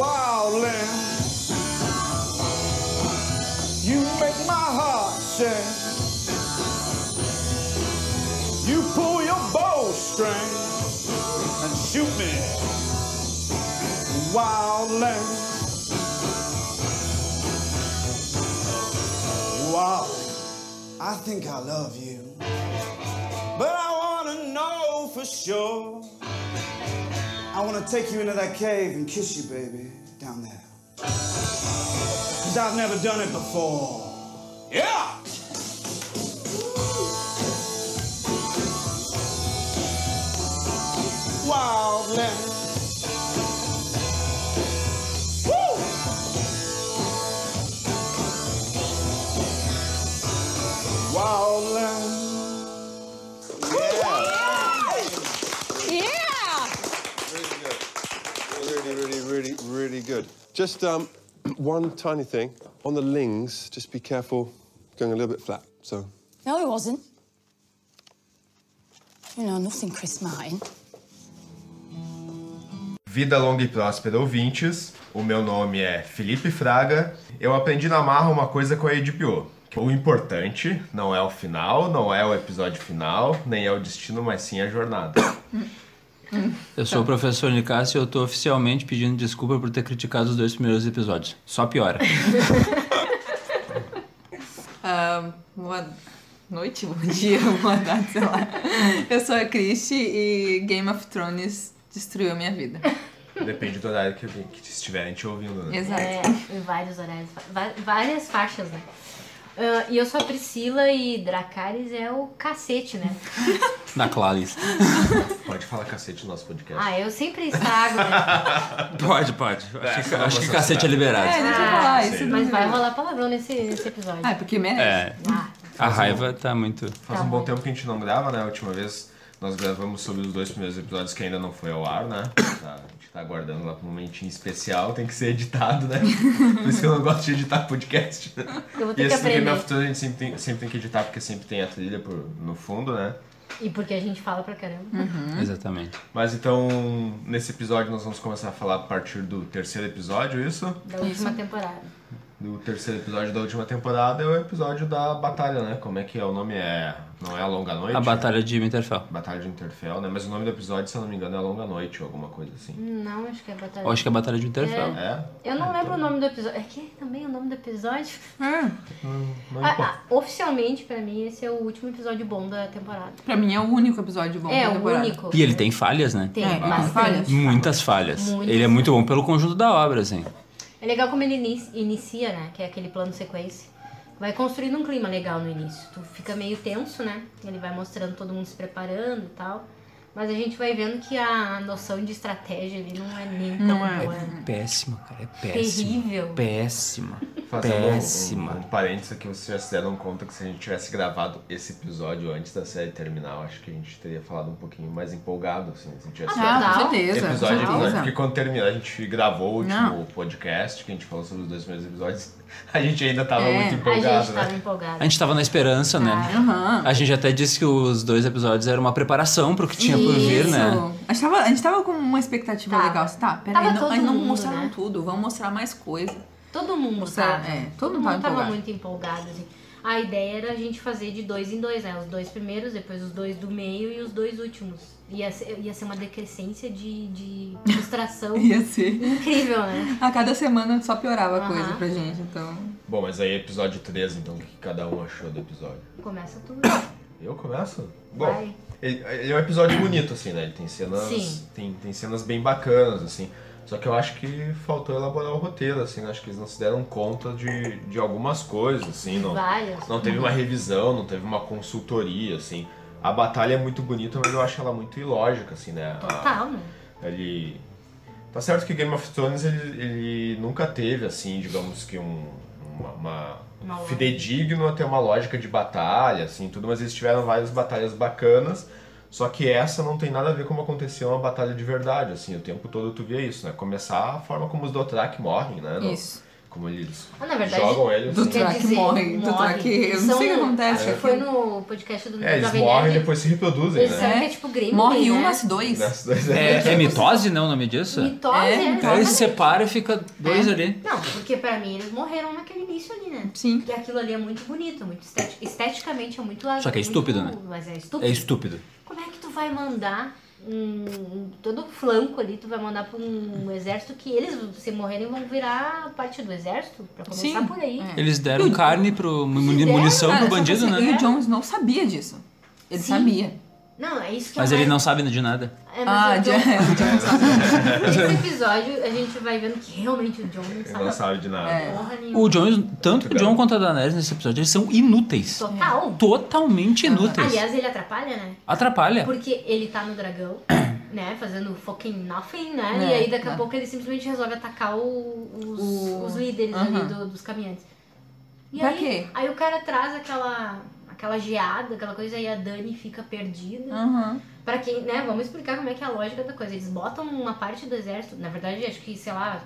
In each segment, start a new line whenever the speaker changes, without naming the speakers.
Wildland. You make my heart sing. You pull your bowstring and shoot me. Wildland. Wow, I think I love you. But I wanna know for sure. I wanna take you into that cave and kiss you, baby, down there. Cause I've never done it before. Yeah! Wildland. Woo! Wildland.
Yeah!
Really, really, really, really good. Just um, one tiny thing on the lings. Just be careful, going a little bit flat. So
No, he wasn't. You know, nothing, Chris Martin.
Vida longa e próspera, ouvintes. O meu nome é Felipe Fraga. Eu aprendi na marra uma coisa com a HBO. que é O importante não é o final, não é o episódio final, nem é o destino, mas sim a jornada.
Eu sou o professor Nicasso e eu tô oficialmente pedindo desculpa por ter criticado os dois primeiros episódios. Só piora.
Ah, boa noite, bom dia, boa tarde, sei lá. Eu sou a Christie e Game of Thrones destruiu a minha vida.
Depende do horário que, que estiverem te ouvindo, né?
Exato.
É, em vários horários, va- várias faixas, né? Ah, e eu sou a Priscila e Dracarys é o cacete, né?
Na Clarice.
Pode falar cacete no nosso podcast.
Ah, eu sempre estrago, né?
Pode, pode. Acho que,
É,
acho que
você
cacete é
sabe.
liberado.
deixa eu falar, isso
Ah, Mas
não-
vai rolar palavrão nesse, nesse episódio.
Ah, é porque merece.
É,
Ah,
a raiva tá muito.
Faz um bom tempo que a gente não grava, né? A última vez nós gravamos sobre os dois primeiros episódios que ainda não foi ao ar, né? Tá- a gente tá aguardando lá pra um momentinho especial, tem que ser editado, né? Por isso que eu não gosto de editar podcast.
eu vou
E
ter que
esse do Game of
aprender.
Thrones a gente sempre tem, sempre tem que editar, porque sempre tem a trilha por, no fundo, né?
E porque a gente fala pra caramba. né?
Uhum.
Exatamente.
Mas então, nesse episódio nós vamos começar a falar a partir do terceiro episódio, isso?
Da última temporada.
Do terceiro episódio da última temporada é o episódio da batalha, né? Como é que é o nome? É... Não é a Longa Noite?
A batalha de Winterfell.
Batalha de Interfell, né? Mas o nome do episódio, se eu não me engano, é Longa Noite ou alguma coisa assim.
Não, acho que é batalha.
Eu acho que é a batalha de Winterfell.
É?
Eu não lembro o nome do episódio. É que também o nome do episódio.
Hum.
Não
Ah,
importa.
ah, oficialmente, pra mim, esse é o último episódio bom da temporada.
Pra mim é o único episódio bom
É,
da
o
temporada.
único.
E ele tem falhas, né?
Tem,
É, mas
bastante.
falha.
Muitas falhas.
Muitas
Ele é muito bom pelo conjunto da obra, assim.
É legal como ele ini- inicia, né? Que é aquele plano sequência. Vai construindo um clima legal no início. Tu fica meio tenso, né? Ele vai mostrando todo mundo se preparando e tal. Mas a gente vai vendo que a noção de estratégia ali não é nem tão boa. né?
Péssima, cara. É péssima.
Terrível.
Péssima.
Fazendo um- Um, um
Péssima.
parênteses aqui, vocês já se deram conta que se a gente tivesse gravado esse episódio antes da série terminar, eu acho que a gente teria falado um pouquinho mais empolgado, assim. Se a gente tivesse gravado
Ah, com certeza. com
episódio, episódio,
certeza.
porque quando terminou, a gente gravou o último
Não.
podcast que a gente falou sobre os dois primeiros episódios, a gente ainda tava
É.
muito
A
empolgado,
gente
né?
tava empolgado.
A gente tava na esperança, né?
Aham.
A gente até disse que os dois episódios eram uma preparação pro que tinha por vir,
Isso.
né?
A gente, tava, a gente tava com uma expectativa
Tava.
legal. Assim, Tá, peraí,
Tava
não,
todo
aí não
mundo,
mostraram
né?
tudo, vamos mostrar mais coisa.
Todo mundo
Você-
tava.
é, todo
todo
mundo tava
mundo tava
empolgado.
muito empolgado, assim. A ideia era a gente fazer de dois em dois, né? Os dois primeiros, depois os dois do meio e os dois últimos. Ia ser, ia ser uma decrescência de, de frustração
Ia ser.
incrível, né?
A cada semana só piorava a coisa
Aham.
pra gente, então.
Bom, mas aí episódio 3, então, o que cada um achou do episódio?
Começa tudo.
Eu começo?
Vai.
Bom, ele, ele é um episódio bonito, assim, né? Ele tem cenas.
Sim.
Tem, tem cenas bem bacanas, assim. Só que eu acho que faltou elaborar o roteiro, assim, né? Acho que eles não se deram conta de, de algumas coisas, assim. Não,
Várias.
não teve uma revisão, não teve uma consultoria, assim. A batalha é muito bonita, mas eu acho ela muito ilógica, assim, né? A-
Total, né?
ele. Tá certo que Game of Thrones ele, ele nunca teve, assim, digamos que um. Uma, uma-
Uma lógica.
fidedigno até uma lógica de batalha, assim, tudo, mas eles tiveram várias batalhas bacanas. Só que essa não tem nada a ver como aconteceu uma batalha de verdade, assim, o tempo todo tu via isso, né? Começar a forma como os Dothraki morrem, né? No-
Isso.
Como eles
Ah, na verdade,
jogam ele.
Do
assim.
Quer
Dothraki
dizer,
morre, Dothraki- eu
Eles
não
são-
sei o que acontece,
Acho que
eu
foi
fui-
no podcast do
É, eles
Jovem
morrem e
Nerd.
depois se reproduzem,
Eles
né?
são que é tipo Grêmio.
Morre
né?
um, nasce dois.
Nessas duas
É, é mitose, não, o nome disso?
Mitose,
É,
né?
mitose. É.
Aí eles
Exatamente.
se separam e fica dois ali.
Não, porque pra mim eles morreram naquele início ali, né?
Sim.
Porque aquilo ali é muito bonito, muito estet- esteticamente é muito
Só que é estúpido,
muito-
né?
Mas é estúpido.
É estúpido.
Como é que tu vai mandar um, um- todo o flanco ali, tu vai mandar pra um exército que eles, se morrerem, vão virar parte do exército? Pra começar
Sim,
por aí.
é.
Eles deram carne pro muni-
deram,
munição
Cara,
pro
só que
bandido,
assim, E
né?
o Jones não sabia disso. Ele
É? Sim.
sabia.
Não, é isso que
Mas
eu
ele
acho.
não sabe de nada.
É,
Ah,
mas o John-
Jones.
nesse
É.
episódio a gente vai vendo que realmente o John não
Ele não
sabe
sabe de nada.
porra
É.
nenhuma.
O John, tanto o John quanto a Daenerys nesse episódio, eles são inúteis.
Total.
Totalmente
Ah,
inúteis.
tá um. Aliás, ele atrapalha, né?
Atrapalha.
Porque ele tá no dragão, né? Fazendo fucking nothing, né?
É,
e aí daqui a
é.
pouco ele simplesmente resolve atacar o- os,
O-
os líderes
Aham.
ali do- dos caminhantes. E
Pra
aí,
quê?
aí o cara traz aquela. Aquela geada, aquela coisa, e a Dani fica
É.
perdida.
Aham.
Pra quem, né? Vamos explicar como é que é a lógica da coisa. Eles botam uma parte do exército, na verdade, acho que, sei lá,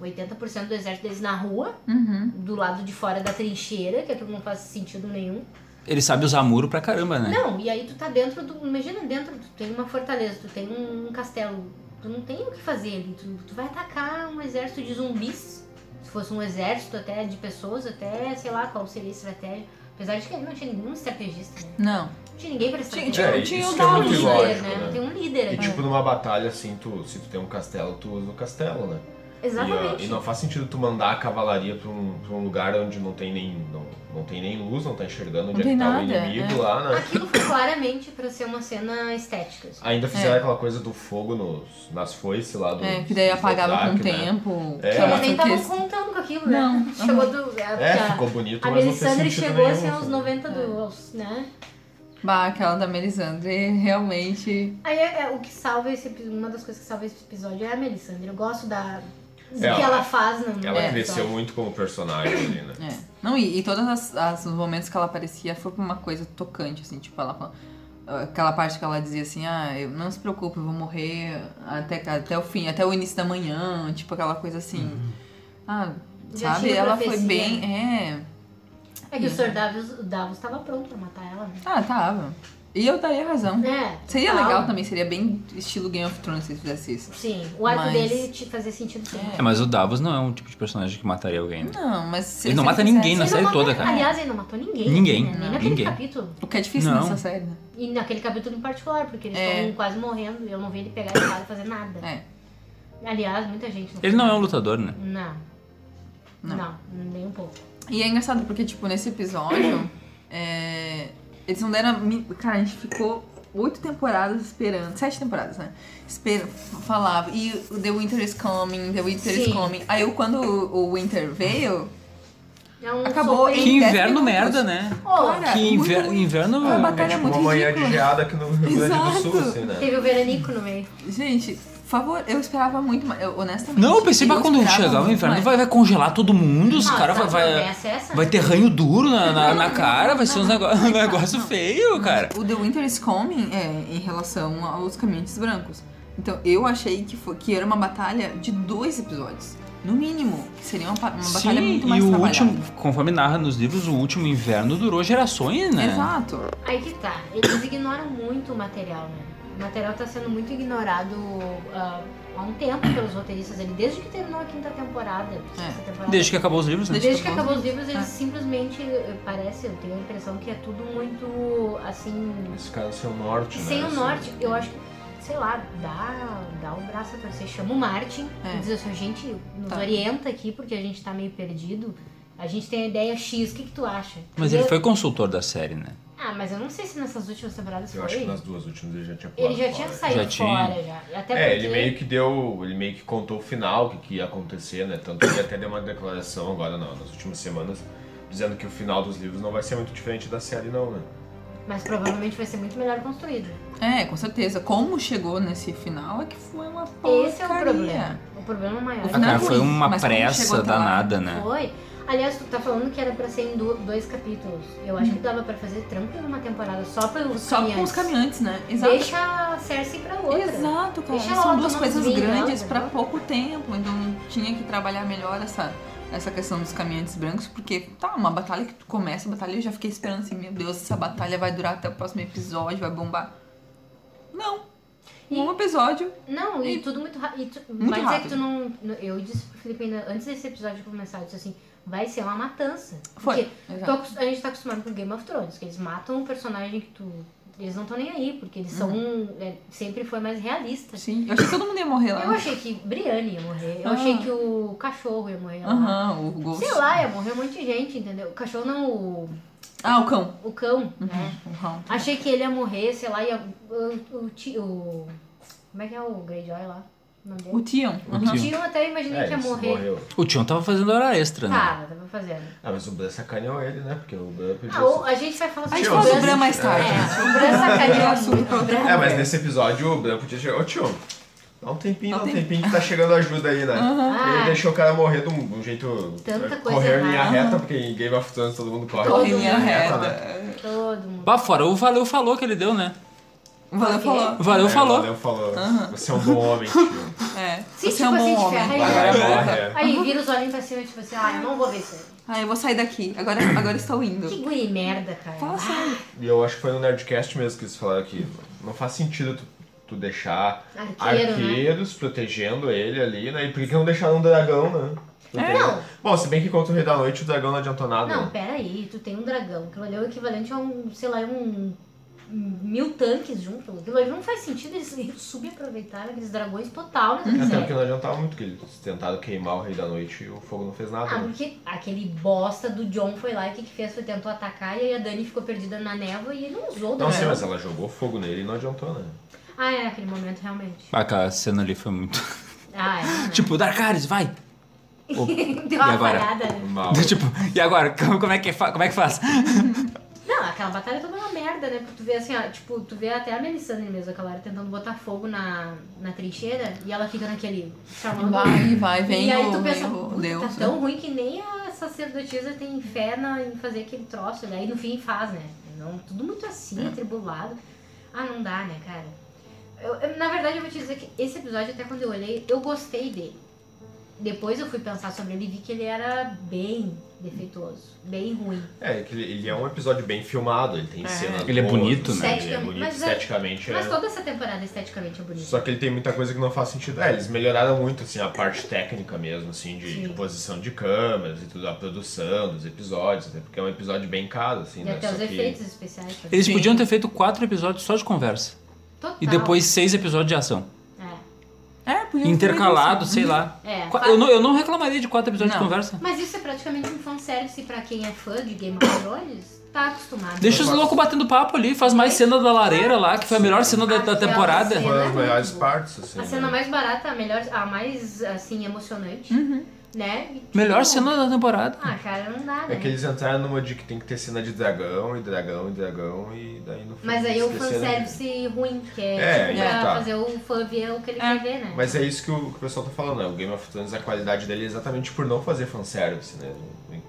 80% do exército deles na rua,
Uhum.
do lado de fora da trincheira, que aquilo não faz sentido nenhum.
Ele sabe usar muro pra caramba,
É.
né?
Não, e aí tu tá dentro do. Imagina dentro, tu tem uma fortaleza, tu tem um castelo. Tu não tem o que fazer ali. Tu, tu vai atacar um exército de zumbis. Se fosse um exército até de pessoas, até sei lá qual seria a estratégia. Apesar de que ali não tinha nenhum estrategista, né?
Não.
Não tinha ninguém pra estratégia.
Tinha-
É,
tinha
isso
o
que é
Não
muito
tem um líder,
ilógico,
né? Não
né?
tem um líder
E
ali.
Uhum.
tipo, numa batalha, assim, tu, se tu tem um castelo, tu usa o castelo, né? E, ah,
Exatamente.
E, não faz sentido tu mandar a cavalaria pra um, pra um lugar onde não tem nem. Não, não tem nem luz, não tá enxergando onde é
tem
que tá o
nada,
inimigo
é.
lá, né?
Aquilo foi claramente pra ser uma cena estética. assim.
Ainda fizeram
É.
aquela coisa do fogo nos, nas foices lá do.
É, que daí
dos
apagava com o
Dothraki, né?
tempo.
É.
que
Eles
ela
nem
não
estavam
quis.
contando com aquilo, né?
Não.
Chegou do. a-
É,
a-
ficou bonito,
A
mas não fez
Melisandre
sentido
chegou
nenhum,
assim aos
sabe?
É.
90 do. aos, né?
Bah, aquela da Melisandre realmente.
Aí é, é o que salva esse epi- uma das coisas que salva esse episódio é a Melisandre. Eu gosto da do
É,
que
ela-
ela faz no no
Ela
episódio.
cresceu muito como personagem ali, né?
É. Não, e, e todos os momentos que ela aparecia foi pra uma coisa tocante, assim, tipo, ela fala- Aquela parte que ela dizia assim, ah, eu- não se preocupe, eu vou morrer até, até o fim, até o início da manhã, tipo aquela coisa assim.
Uhum.
Ah,
Já
sabe?
tinha
Ela foi
profecia.
bem. É.
É que o Sr. Davos, o Davos tava pronto pra matar ela, né?
Ah, tava. E eu daria razão.
É,
Uhum. Seria
total.
legal também, seria bem estilo Game of Thrones se ele fizesse isso.
Sim, o arco
Mas-
dele te fazia sentido sim.
É, mas o Davos não é um tipo de personagem que mataria alguém, né?
Não, mas. se-
Ele não
se
mata
fizesse-
ninguém, né?
Ele
na
não
série
matou-
toda, cara.
Aliás, ele não matou ninguém.
Ninguém.
né? Nem naquele
Ninguém.
capítulo.
O que é difícil
Não.
nessa série, né?
E naquele capítulo em particular, porque eles
É.
estão quase morrendo e eu não vi ele pegar a espada e fazer nada.
É.
Aliás, muita gente não
Ele não é um lutador, né?
Não.
Não.
Não, nem um pouco.
E é engraçado porque, tipo, nesse episódio, é, eles não deram. a mi- Cara, a gente ficou oito temporadas esperando. Sete temporadas, né? Espera, falava. E o The Winter is Coming, The Winter is
Sim.
Coming. Aí eu, quando o o Winter veio.
É um
Acabou,
sopro-
Que
Em dez
inverno
minutos.
merda, né?
Cara,
Que
muito
inver-
ruim.
inverno.
Foi uma batalha
É tipo
muito
uma manhã de
ridícula.
geada aqui no Rio Grande do Sul,
Exato.
assim, né?
Teve o veranico no meio.
Gente, por favor, eu esperava muito mais. Eu, honestamente.
Não, eu pensei, mas quando
esperava
chegar o
muito
inverno
mais. tá
vai, vai congelar todo mundo, os
Nossa,
caras vai,
a
vai,
promessa é essa,
vai
né?
ter ranho duro na, na, na cara, vai ser um negócio, negócio feio, cara.
O The Winter is Coming é em relação aos Caminhantes Brancos. Então eu achei que, foi, que era uma batalha de dois episódios. No mínimo, que seria uma, pa- uma batalha é
Sim,
muito
e
mais
o
trabalhada.
último, conforme narra nos livros, o último inverno durou gerações, né?
Exato.
Aí que tá. Eles ignoram muito o material, né? O material tá sendo muito ignorado ah, há um tempo pelos roteiristas. Ele, desde que terminou a quinta temporada. sexta temporada
Desde que acabou os livros, né?
Desde, que acabou os livros, eles simplesmente eh, parece, eu tenho a impressão que é tudo muito assim.
Esse cara sem o norte, né?
Sem o
assim.
norte, eu acho que, sei lá, dá, dá um braço a torcer. Chama o Martin
É.
e diz assim, gente, nos
Tá.
orienta aqui porque a gente tá meio perdido. A gente tem a ideia X, o que, que tu acha?
Mas
E
ele
eu-
foi consultor da série, né?
Ah, mas eu não sei se nessas últimas temporadas
Eu
foi.
acho que nas duas últimas ele já tinha
Ele
pulado
já tinha
fora. né?
saído
Já tinha.
fora já. E Até
É,
porque...
ele meio que deu. Ele meio que contou o final, o que, que ia acontecer, né? Tanto que ele até deu uma declaração agora não, nas últimas semanas, dizendo que o final dos livros não vai ser muito diferente da série, não, né?
Mas provavelmente vai ser muito melhor construído.
É, com certeza. Como chegou nesse final é que foi uma porcaria.
Esse é o um problema. O problema maior.
O
é
Ah,
Não,
cara,
foi,
foi uma
mas como chegou
pressa
até lá,
danada, né?
Foi. Aliás, tu tá falando que era pra ser em do- dois capítulos. Eu acho que dava pra fazer tranquilo uma temporada só pelos
Só com os caminhantes, né? Exato.
Deixa a Cersei pra outra.
Exato, cara.
Deixa ela
São duas
tomar
coisas
vinho,
grandes
ela,
pra
né?
pouco tempo, então tinha que trabalhar melhor essa, essa questão dos caminhantes brancos, porque tá, uma batalha que tu começa a batalha, eu já fiquei esperando assim, meu Deus, essa batalha vai durar até o próximo episódio, vai bombar. Não.
E-
Um episódio.
Não, e,
E-
tudo muito rápido.
Muito
Mas é que
rápido.
tu não. não- Eu disse pro Felipe ainda antes desse episódio começar, eu disse assim. Vai ser uma matança.
Foi,
Porque
exato.
tô acos- a gente tá acostumado com Game of Thrones, que eles matam um personagem que tu. Eles não estão nem aí, porque eles são.
Uhum.
é, sempre foi mais realista.
Sim. Eu achei que todo mundo ia morrer lá.
Eu achei que Brienne ia morrer. Eu
Ah.
achei que o cachorro ia morrer lá.
Aham, o Ghost.
né? Sei lá, ia morrer um monte de gente, entendeu? O cachorro não, o,
Ah, o cão.
o cão, né?
O cão.
Achei que ele ia morrer, sei lá, ia. O, o, ti- o- Como é que é o Greyjoy lá? O nome
O
dele?
Tion. Aham.
O tio eu até imaginei que ia
É, isso
morrer.
morreu.
O Tion tava fazendo hora extra, né?
Tá, tava fazendo.
Ah, mas o Bran sacaneou ele, né? Porque o Bran pediu.
Ah, ou a gente vai falar
A
sobre
gente
o
Tion.
fala do
Bran.
Bran mais tarde.
É, o Bran sacaneou muito. o Bran-
É, mas nesse episódio o Bran podia chegar. Ô tio, dá um tempinho,
Dá
dá
um
um tempinho que tá chegando ajuda aí, né? Ele
Ah.
deixou o cara morrer de um, de um jeito.
Tanta coisa
correr em linha
errada.
reta, porque em Game of Thrones todo mundo corre.
Todo
em linha
mundo.
reta, né?
Todo mundo.
Bah, fora o Valeu falou que ele deu, né?
Valeu, falou.
O Valeu
É,
falou.
Valeu, falou. Você é um bom homem, tio.
É.
Sim,
Você é um
tipo
bom
assim,
homem.
de ferro,
Agora
né?
morra.
É.
Aí vira os olhinhos pra cima e tipo assim, ah, eu não vou ver isso aí.
Ah, eu vou sair daqui. Agora, agora estou indo.
Que guri merda, cara. Ah,
Fala sério.
E eu acho que foi no Nerdcast mesmo que eles falaram que não faz sentido tu, tu deixar
Arqueiro, né?
arqueiros protegendo ele ali, né? E por que não deixaram um dragão, né?
É. Não.
Bom, se bem que contra o Rei da Noite o dragão não adiantou nada.
Não,
né?
peraí, tu tem um dragão. Aquilo ali é o equivalente a um, sei lá, um. um Mil tanques junto. Aquilo ali não faz sentido eles subaproveitaram aqueles dragões total nessa
Até porque
série.
não adiantava muito, que eles tentaram queimar o Rei da Noite e o fogo não fez nada.
Ah,
né?
porque aquele bosta do John foi lá e o que, que fez? Foi tentou atacar e aí a Dani ficou perdida na névoa e ele não usou o
Não, Então, sim,
dragão.
mas ela jogou fogo nele e não adiantou, né?
Ah, é, aquele momento realmente.
Ah, Aquela cena ali foi muito.
Ah, é.
tipo, Darkaris, vai!
Deu uma né?
e agora?
apagada ali.
Mal.
tipo, e agora? Como como é que, fa- como é que faz?
Não, aquela batalha toda é uma merda, né? Porque tu vê assim, ó, tipo, tu vê até a Melisandre mesmo, aquela hora tentando botar fogo na, na trincheira e ela fica naquele chamando
Vai, vai, vem.
e aí tu
o-
pensa,
vem o
"Puta,
Deus. né?"
tá tão ruim que nem a sacerdotisa tem fé na- em fazer aquele troço. Daí no fim faz, né? Não, tudo muito
É.
assim, atribulado. Ah, não dá, né, cara? Eu- eu- na verdade, eu vou te dizer que esse episódio, até quando eu olhei, eu gostei dele. Depois eu fui pensar sobre ele e vi que ele era bem defeituoso, bem ruim.
É, que ele, ele é um episódio bem filmado, ele tem cenas
Ele é
boas,
bonito, né?
Ele é
Esteticamente,
bonito,
mas é-
esteticamente
Mas
é.
toda essa temporada esteticamente é bonita.
Só que ele tem muita coisa que não faz sentido. É, eles melhoraram muito, assim, a parte técnica mesmo, assim, de, de
Sim.
posição de câmeras e tudo, a produção dos episódios, até porque é um episódio bem caro, assim,
E
né?
até
Só
os
que-
efeitos especiais.
Eles
Sim. Tá.
podiam ter feito quatro episódios só de conversa.
Total.
E depois seis episódios de ação.
É.
É, podia ter
Intercalado,
feito
sei lá.
É,
Qua-
fa-
Eu não, eu não reclamaria de quatro episódios de
Não.
conversa.
Mas isso é praticamente um fanservice pra quem é fã de Game of Thrones, tá acostumado.
Deixa os loucos batendo papo ali, faz mais cena da lareira lá, que foi a melhor cena da, da
Aquela
temporada.
cena.
Foi uma das
É
melhores
muito boa.
partes, assim.
A cena
né?
mais barata, a melhor, a mais assim emocionante, né? E,
Uhum.
tipo,
Melhor cena da temporada.
Ah, cara, não dá, né?
É que eles entraram numa de que tem que ter cena de dragão e dragão e dragão e daí no fim
Mas aí é o
esqueceram disso.
fanservice ruim, que é,
É,
tipo,
aí
pra
tá.
fazer o fã ver o que ele quer ver, né?
Mas é isso que o, que o pessoal tá falando, né? O Game of Thrones, a qualidade dele é exatamente por não fazer fanservice, né?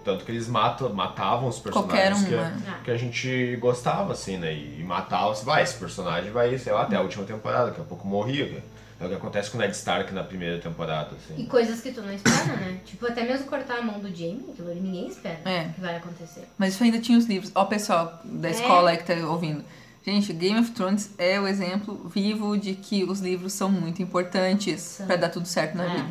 Tanto que eles matam, matavam os
Qualquer
personagens
um,
que,
É.
né?
que a gente gostava, assim, né? E matava, assim, vai, esse personagem vai, sei lá, até a última temporada, daqui a pouco morria. né? É o que acontece com o Ned Stark na primeira temporada,
E
assim.
coisas que tu não espera, né? Tipo, até mesmo cortar a mão do Jamie, aquilo ali ninguém espera
É.
que vai acontecer.
Mas isso ainda tinha os livros. Ó, pessoal da
É.
escola aí que tá ouvindo. Gente, Game of Thrones é o exemplo vivo de que os livros são muito importantes pra dar tudo certo na
É.
vida.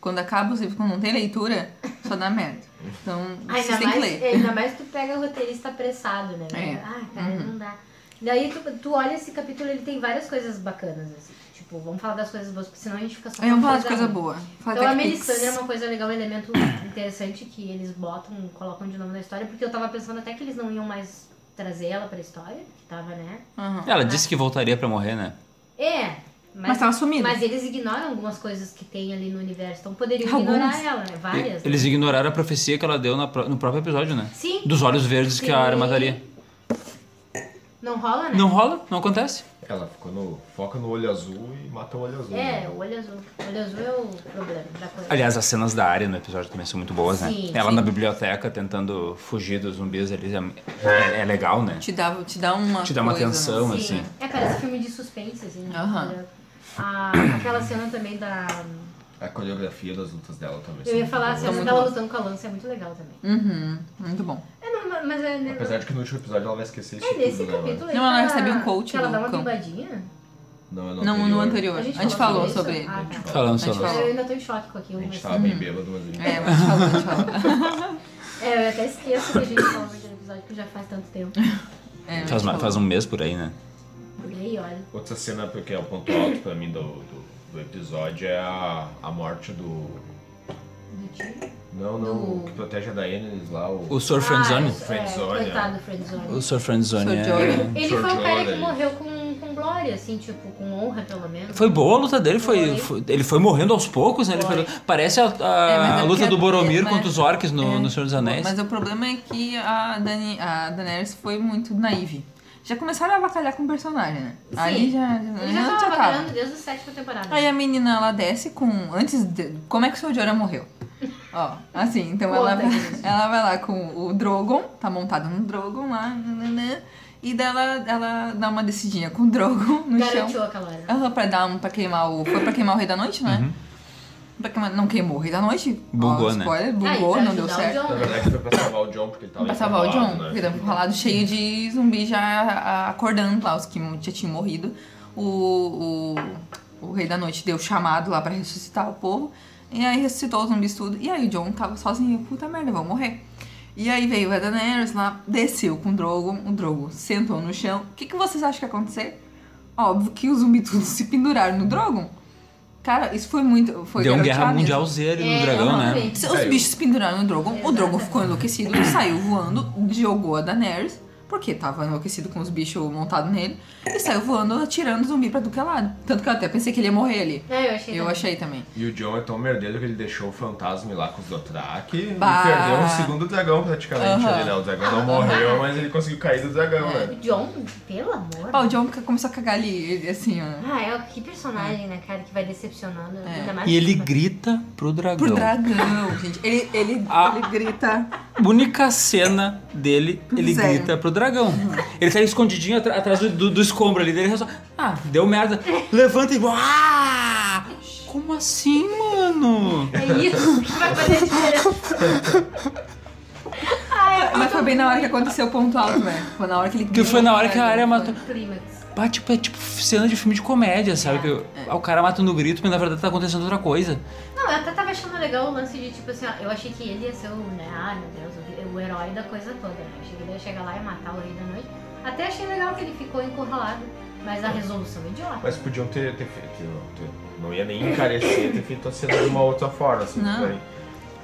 Quando acaba os livros, quando não tem leitura, só dá merda. Então, vocês têm
Ainda
que
mais,
ler.
ainda mais tu pega roteirista apressado, né?
É.
Ah, cara, não dá. Daí tu, tu olha esse capítulo, ele tem várias coisas bacanas, assim. Tipo, vamos falar das coisas boas, porque senão a gente fica só
Aí É, vamos falar de
com
coisa
ruim.
boa. Fala
Então a
Tech Pix.
Melisandre é uma coisa legal, um elemento interessante que eles botam, colocam de novo na história, porque eu tava pensando até que eles não iam mais trazer ela pra história, que tava, né?
Aham.
Ela disse que voltaria pra morrer, né?
É, mas,
Mas tava sumida.
mas eles ignoram algumas coisas que tem ali no universo, então poderiam
Algumas.
ignorar ela, né? Várias. né?
Eles ignoraram a profecia que ela deu na pró- no próprio episódio, né?
Sim.
Dos olhos verdes que a
Sim.
área mataria.
Não rola, né?
Não rola, não acontece.
Ela ficou no, foca no olho azul e mata o olho azul.
É,
né?
o olho azul. O olho azul é o problema da coisa.
Aliás, as cenas da área no episódio também são muito boas, né?
Sim,
Ela
sim.
na biblioteca tentando fugir dos zumbis ali é, é- é legal, né?
Te dá, te dá uma.
Te dá uma
coisa,
tensão,
né?
assim.
É, parece filme de suspense, assim.
Aham.
entendeu? A- Ah, aquela cena também da.
A coreografia das lutas dela também.
Eu
são
ia
muito
falar a
boas.
cena
muito
dela
bom.
lutando com a lança, é muito legal também.
Uhum, muito bom.
É, não, ma- mas é. né,
Apesar de que no último episódio ela vai esquecer isso
É nesse
tudo, né, mano?
capítulo aí.
Não, ela
que
recebe um coach
Que ela
do
dá uma
cão.
bimbadinha.
Não, é no
Não,
anterior.
no anterior. A gente, falou
isso?
sobre ele.
Ah, tá.
Falando
A gente
sobre.
falou.
Eu ainda tô em choque com aquilo.
A gente
mas-
tava bem bêbado, mas a gente...
Uhum. É, mas falou, a gente falou.
É, eu até esqueço que a gente falou naquele episódio que já faz tanto tempo.
É, a
Faz,
gente
ma-
falou.
faz um mês por aí, né?
Por aí, olha.
Outra cena porque é o ponto alto pra mim do, do, do episódio é a, a morte do...
Do tio.
Não, não,
Do-
o que protege a Daenerys lá, o...
O Sr. Friendzone.
Ah,
Friendzone,
É, coitado do Friendzone.
O Sr. Friendzone
Sr.
é...
Jorah.
Ele
George
foi o cara que
Orwell.
morreu com, com glória, assim, tipo, com honra, pelo menos.
Foi boa a luta dele, foi,
Foi.
foi- ele foi morrendo aos poucos, né? Ele
Foi.
foi- parece a, a-
É, mas
a
é
luta
porque-
do Boromir
mas- é.
contra os orcs no, no Senhor dos Anéis.
Mas o problema é que a, Dani, a Daenerys foi muito naive. Já começaram a avacalhar com o personagem, né? Ali já. É,
Ele já
não
tava
tava.
trabalhando desde a sétima temporada.
Aí é a menina, ela desce com... Antes de... Como é que o Sr. Jorah morreu? Ó, assim, então ela,
Conta, gente.
ela vai lá com o Drogon, tá montada no Drogon lá, nananã, e dela ela dá uma descidinha com o Drogon no chão.
Garantiu aquela hora.
Aham, pra dar um, pra queimar o. Foi pra queimar o Rei da Noite, não é? Pra queimar, não queimou o Rei da Noite.
Uhum. Bugou,
Ó,
né?
spoiler,
Aí,
um bugou,
pra
não deu
Ah, ajudar o
certo.
John,
Na
né?
verdade foi pra salvar o John, porque ele tava
Pra salvar o
enrolado,
John,
né?
porque tava enrolado cheio de zumbi já a- acordando lá, os que já tinham morrido. O, o, o Rei da Noite deu chamado lá pra ressuscitar o povo. E aí ressuscitou os zumbis tudo. E aí o John tava sozinho, puta merda, vou morrer. E aí veio a Daenerys lá, desceu com o Drogon, o Drogon sentou no chão. O que, que vocês acham que ia acontecer? Óbvio que os zumbis tudo se penduraram no Drogon. Cara, isso foi muito. Foi
Deu uma
garotear
guerra
é mesmo.
mundial Z ali no
É,
dragão, né?
realmente.
Se Os
Caiu.
bichos penduraram no Drogon, o Drogon
Exatamente.
ficou enlouquecido, saiu voando, jogou a Daenerys, porque tava enlouquecido com os bichos montados nele, e saiu voando atirando zumbi pra do que é lado. Tanto que eu até pensei que ele ia morrer ali.
É, eu achei.
Eu
também.
achei também.
E o John é tão merdeiro que ele deixou o fantasma lá com os Dothraki e
Bah.
perdeu um segundo dragão praticamente
Aham. É,
ali, né? O dragão não morreu, mas ele conseguiu cair do dragão, né?
O John, pelo amor.
Ó, o John começou a cagar ali, ele, assim, ó.
Ah, é, que personagem, né, cara, que vai decepcionando.
É.
Ainda mais
E ele
que-
grita pro dragão.
Pro dragão, gente. Ele, ele,
Ah.
ele grita.
Única cena dele, ele
Zero.
grita pro dragão. Ele tá escondidinho atra- atrás do, do- do escombro ali dele. ele só- Ah, deu merda. Levanta e. Ah! Como assim, mano?
É isso que vai fazer a diferença.
Mas foi bem na hora que aconteceu o ponto alto, né? Foi na hora que ele
Que foi na hora que a área matou.
Clímax.
Pá, tipo, é tipo cena de filme de comédia,
É,
sabe? Que ah, o cara mata no grito, mas na verdade tá acontecendo outra coisa.
Não, eu até tava achando legal o lance de, tipo assim, ó, eu achei que ele ia ser o, né, ai meu Deus, o, o herói da coisa toda, né? Eu achei que ele ia chegar lá e matar o rei da noite. Até achei legal que ele ficou encurralado, mas a resolução é idiota.
Mas podiam ter, ter feito. Não, ter- não ia nem encarecer, ter feito a cena de uma outra forma, assim.
Não.
foi-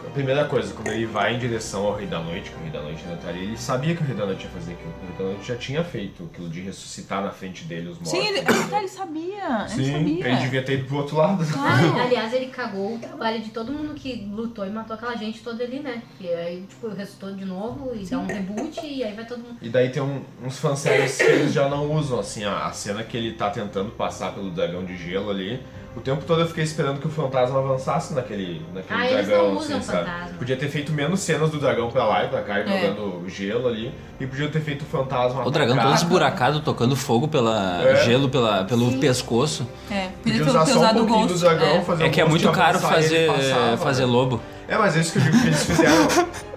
A primeira coisa, quando ele vai em direção ao Rei da Noite, que o Rei da Noite ainda tá ali, ele sabia que o Rei da Noite ia fazer aquilo. porque O Rei da Noite já tinha feito aquilo de ressuscitar na frente dele os mortos.
Sim, ele, ah, ele sabia. Ele
Sim,
sabia.
ele devia ter ido pro outro lado.
Claro.
Aliás, ele cagou o trabalho de todo mundo que lutou e matou aquela gente toda ali, né? E aí, tipo, ressuscitou de novo e dá um reboot e aí vai todo mundo.
E daí tem um, uns fanservices que eles já não usam, assim, a, a cena que ele tá tentando passar pelo dragão de gelo ali. O tempo todo eu fiquei esperando que o fantasma avançasse naquele, naquele
Ah, eles
dragão,
não usam
assim, sabe?
fantasma.
Podia ter feito menos cenas do dragão pra lá e pra cá, e
É.
jogando gelo ali. E podia ter feito o fantasma
O dragão todo
atacar.
esburacado, tocando fogo pela.
É.
gelo pela, pelo pescoço.
É,
Podia
podia ter
usar
ter
só um
usado o
pouquinho
Ghost.
do dragão,
é.
fazer
É
um
que é
monte de
muito caro
avançar e ele
fazer, eh,
passava,
fazer
né?
lobo.
É, mas é isso que eu digo que eles fizeram.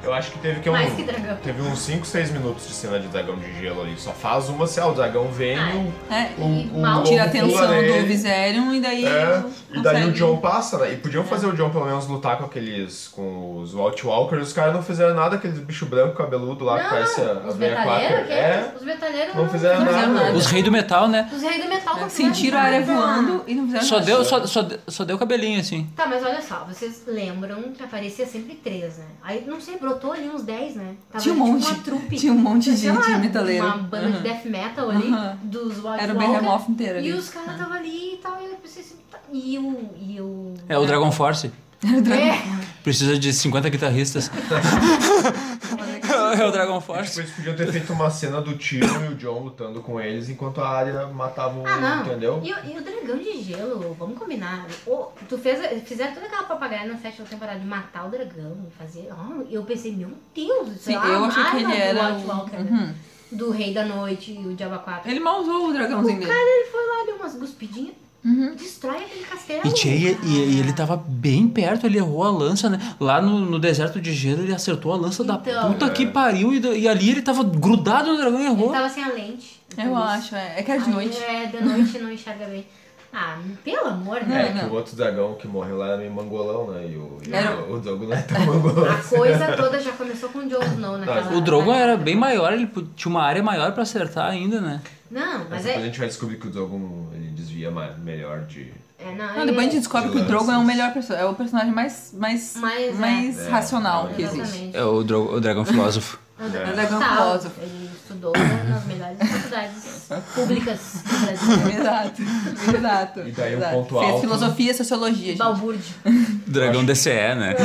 Eu acho que teve que um.
Mais que dragão.
Teve uns 5, 6 minutos de cena de dragão de gelo ali. Só faz uma se ah, o dragão vem
Ah,
e o
É,
O- o-
mal
tira a
o-
atenção
pula nele.
do Viserion e daí.
É, e daí
consegue-
o John passa, né? E podiam fazer o John pelo menos lutar com aqueles. com os White Walkers. Os caras não fizeram nada, aqueles bicho branco cabeludo lá que parece a, a
os
Veia
metaleiros,
Quaker.
que
É,
Os metaleiros
não fizeram
não
nada.
fizeram nada.
Os reis do metal, né?
Os reis do metal não fizeram
Sentiram a área
nada.
voando e não fizeram
Só
nada.
deu, só, só, de- só deu cabelinho, assim.
Tá, mas olha só, vocês lembram que aparecia sempre três, né? Aí, não sei, brotou ali uns 10, né? Tava
Tinha um
tipo
monte.
uma trupe.
Tinha um monte de-
Sei lá,
de metaleiro.
Uma banda
Aham.
de death metal ali,
Aham.
dos Wild
Era o Behemoth inteiro ali. Ah.
E os caras estavam ali e tal, e eu pensei assim, tá, e o... E o...
É o Dragon Force.
É,
Precisa de 50 guitarristas. É o Dragon Force.
Tipo, eles podiam ter feito uma cena do Tio e o John lutando com eles enquanto a Arya matava o.
Ah, não.
entendeu?
E, o- e o dragão de gelo, vamos combinar. O- tu fez, fizeram toda aquela papagaia na sétima temporada de matar o dragão, fazer. Ah, eu pensei, meu Deus, isso
Sim,
é uma
eu achei que ele
arma do
era
White
o-
Walker, né?
Uhum.
Do Rei da Noite e o Diabo 4.
Ele mal usou o dragãozinho
o
né?
dele.
cara, ele foi lá, deu umas guspidinhas,
Uhum.
destrói aquele castelo.
E, tia, e- e- e ele tava bem perto, ele errou a lança, né? Lá no, no deserto de gelo, ele acertou a lança da
Então.
puta que pariu. E, da- e ali ele tava grudado no dragão e
Ele
errou.
tava sem a lente.
Eu acho, é. É que é de
Aí,
noite.
É, de noite não enxerga bem. Ah, pelo amor,
É,
né?
que o outro dragão que morreu lá era meio mangolão, né? E o, e
Uhum. Era- um- Ah,
o, o Drogo não é tão mangolão.
A coisa toda já começou com o Jon Snow naquela...
O Drogon era bem maior, ele pu- tinha uma área maior pra acertar ainda, né?
Não, mas
Mas depois a
é...
gente vai descobrir que o Drogo ele desvia ma- melhor de.
é não,
Não,
ele-
depois a gente descobre que o
Lanças.
Drogon é o melhor personagem. É o personagem mais, mais,
Mais,
mais,
é.
racional que existe.
Exatamente.
É o, dro- o dragão filósofo.
O Dragão
O É um Dragão
Sal,
Filósofo.
Ele estudou nas melhores faculdades públicas do Brasil.
Exato, exato.
E daí o
exato.
ponto
Fez
alto- né?
filosofia e sociologia, gente.
Balbúrdio.
Dragão DCE, né?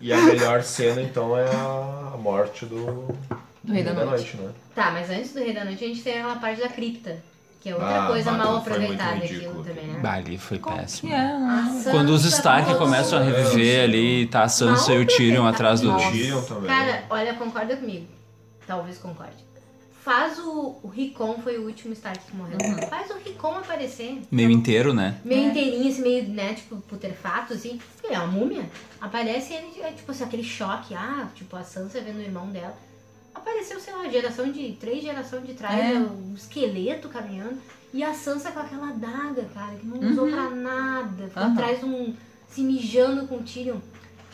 E a melhor cena, então, é a morte do.
Do Rei da Noite.
né?
Tá, mas antes do Rei da Noite a gente tem aquela parte da cripta. Que é outra
Ah,
coisa
mas
mal
foi muito
aproveitada
ridículo
aquilo também, né?
Bah, ali foi
Que
péssimo.
é, né?
Quando os
Sansa
Stark
com
começam a reviver ali, tá a Sansa e o
Mal
Tyrion
apresentado.
atrás do...
Nossa.
Tyrion também.
Cara, olha, concorda comigo. Talvez concorde. Faz o, o Ricon, foi o último Stark que morreu. Faz o Ricon aparecer.
Uhum. Meio inteiro, né?
É.
Meio inteirinho, assim, meio, né, tipo, putrefato, assim. Ele é uma múmia. Aparece ele, é, tipo, assim, aquele choque. Ah, tipo, a Sansa vendo o irmão dela. Apareceu, sei lá, geração de... Três gerações de trás,
É.
um esqueleto caminhando. E a Sansa com aquela adaga, cara, que não usou pra nada. Ficou
Uhum. Aham.
atrás de um... Se mijando com o Tyrion.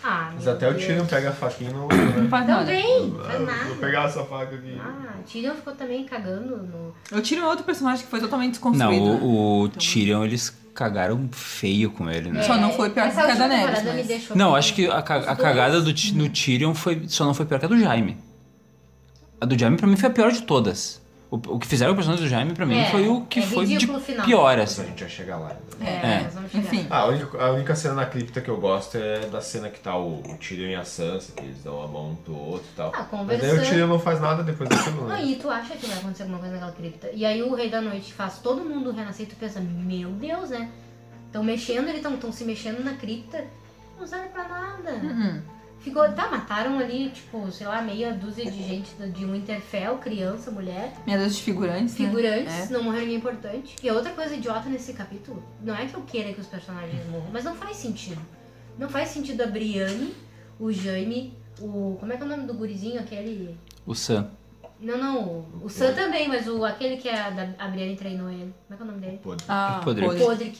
Ah,
Mas
meu
até o
Deus.
Tyrion pega a faquinha e não usa, né?
Não faz nada.
Também,
Ah,
faz
Vou
nada.
pegar essa faca aqui.
Ah, Tyrion ficou também cagando no...
Eu tiro um outro personagem que foi totalmente
Não,
desconstruído. né?
o, o Tyrion, eles cagaram feio com ele, né?
Só não foi pior
Essa
que a
última
Daenerys,
temporada
mas-
me deixou
Não,
com-
acho que a, ca- a
Tá Os dois.
cagada do, Ti- no Tyrion foi, só não foi pior que a do Jaime. A do Jaime pra mim foi a pior de todas. O, o que fizeram o personagem do Jaime pra mim
É,
foi o que
é
foi de
ridículo o final.
pior,
Mas a
assim.
gente já chega lá. ainda.
É,
É.
nós vamos chegar.
Enfim.
Ah, a única, a única cena na cripta que eu gosto é da cena que tá o, o Tyrion e a Sansa, que eles dão a mão um pro outro e tal.
Ah,
Mas daí o
conversando.
Tyrion não faz nada depois daquilo,
Ah,
né?
e tu acha que vai acontecer alguma coisa naquela cripta. E aí o Rei da Noite faz todo mundo renascer e tu pensa, meu Deus, né? Estão mexendo, eles estão se mexendo na cripta, não serve pra nada.
Hum,
Ficou, tá, mataram ali, tipo, sei lá, meia dúzia de gente do- de Winterfell, criança, mulher,
Minha Deus de figurantes. né?
figurantes,
É.
não morreu ninguém importante. E a outra coisa idiota nesse capítulo, não é que eu queira que os personagens morram, mas não faz sentido. Não faz sentido a Brienne, o Jaime, o. Como é que é o nome do gurizinho aquele?
O Sam.
Não, não. O, o Sam também, mas o aquele que a, da, a Brienne treinou ele. Como é que é o nome dele?
Podre.
Ah,
Podre.
podre.
O Podrick.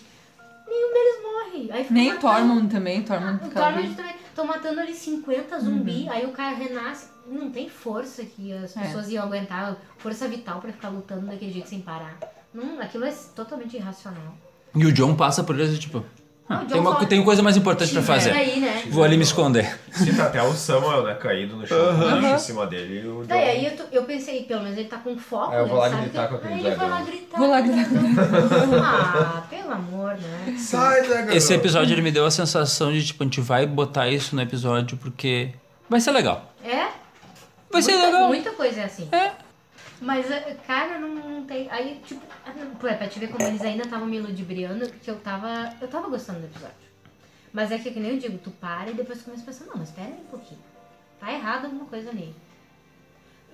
Nenhum deles morre. Aí fica
Nem o
matando-
Tormund também, o Tormund
O
ficava ali. Uhum.
Tormund também. Estão matando ali 50 zumbi, aí o cara renasce. Não tem força que as
É.
pessoas iam aguentar. Força vital pra ficar lutando daquele jeito sem parar. Não, aquilo é totalmente irracional.
E o John passa por eles tipo... "Ah,
O John
tem, uma,
só-
tem coisa mais importante pra
Tira
fazer.
Daí, né?
Vou ali me esconder.
Cita até o Samuel, né? Caído no chão, com o bicho em cima dele e o John.
Daí É, aí eu, tô- eu pensei, pelo menos ele tá com foco.
É, eu
né?
vou lá
Sabe
gritar com
que...
aquele
Aí ele vai lá
dragão.
gritar.
Vou lá
com o dragão. ah, pelo amor, né?
Sai, dragão!
Esse episódio ele me deu a sensação de tipo, a gente vai botar isso no episódio porque vai ser legal.
É?
Vai ser
muita,
legal.
Muita coisa é assim.
É.
Mas, eh, cara, não, não tem. Aí, tipo, ah, não, pô, é pra te ver como eles ainda estavam me ludibriando, que eu tava. Eu tava gostando do episódio. Mas é que, que nem eu digo, tu para e depois tu começa a pensar, não, mas pera aí um pouquinho. Tá errado alguma coisa nele.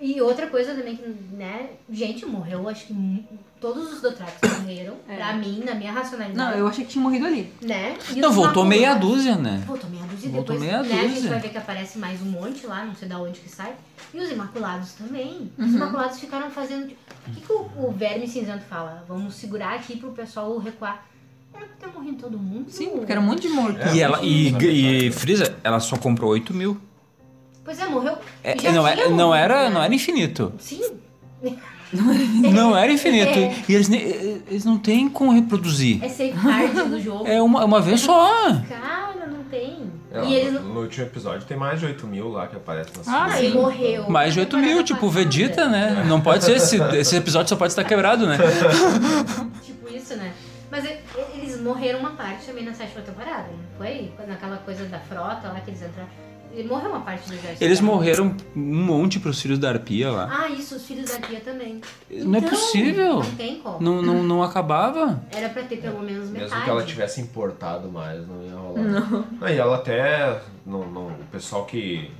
E outra coisa também que, né, gente morreu, acho que mu- todos os Dothrax morreram.
É.
Pra mim, na minha racionalidade.
Não, eu achei que tinha morrido ali.
Né? E
Não,
os
voltou
Nakuras-
meia dúzia, né?
Voltou meia dúzia e
Voltou
depois
meia
né, a gente
dúzia.
vai ver que aparece mais um monte lá, não sei da onde que sai. E os Imaculados também.
Uhum.
Os Imaculados ficaram fazendo. de- O que, que o, o Verme Cinzento fala? Vamos segurar aqui pro pessoal recuar. é Era pra ter morrido tá todo mundo.
Sim, porque era um monte de morto.
É.
E ela e,
Sabe,
e
sabe.
Frieza, ela só comprou 8 mil.
Pois é, morreu.
É,
Já
não, é-
tinha
não
morrido,
era,
né?
não era infinito.
Sim.
Não era infinito.
É.
E eles, nem- eles não têm como reproduzir.
É safeguard do jogo.
É uma, uma vez só.
Cara, não tem.
É,
e ele
no,
não.
no último episódio tem mais de 8 mil lá que aparece na
Ah,
segunda.
Ele morreu. tá
Mais de 8 mil, tipo, Vegeta, né? Não pode ser, esse, esse episódio só pode estar quebrado, né?
Tipo isso, né? Mas e- e- eles morreram uma parte também na sétima temporada, não foi? Naquela coisa da frota lá que eles entraram. Ele morreu uma parte do exército.
Eles
dela.
morreram um monte pros filhos da arpia lá.
Ah, isso, os filhos da Pia também.
Não
Então.
é possível.
Não tem como.
Não, não, não acabava?
Era pra ter pelo menos metade.
Mesmo que ela tivesse importado mais, não ia rolar. Não. E ela até. não- não- o pessoal que,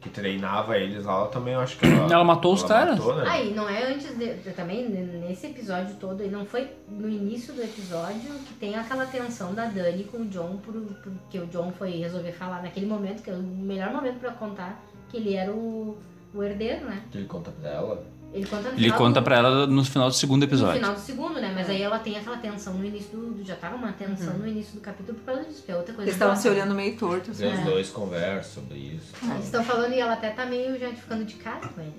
que treinava eles lá, ela também eu acho que ela.
Ela matou os caras.
matou, né?
Aí, não é antes de, de- também n- nesse episódio todo, e não foi no início do episódio que tem aquela tensão da Dani com o John, por, porque o John foi resolver falar naquele momento, que é o melhor momento pra contar, que ele era o, o herdeiro, né?
Que ele conta pra ela.
Ele conta no
Ele
final
conta
do-
pra ela no final do segundo
no
episódio.
final do segundo, né?
É.
Mas aí ela tem aquela tensão no início do. do- Já tava uma tensão no início do capítulo por causa disso, que é outra coisa.
Uhum. Eles estavam
que
se
ela-
olhando meio torto, assim.
E os dois conversam sobre isso.
É. Ah, Eles estão falando e ela até tá meio já ficando de casa com ele, né?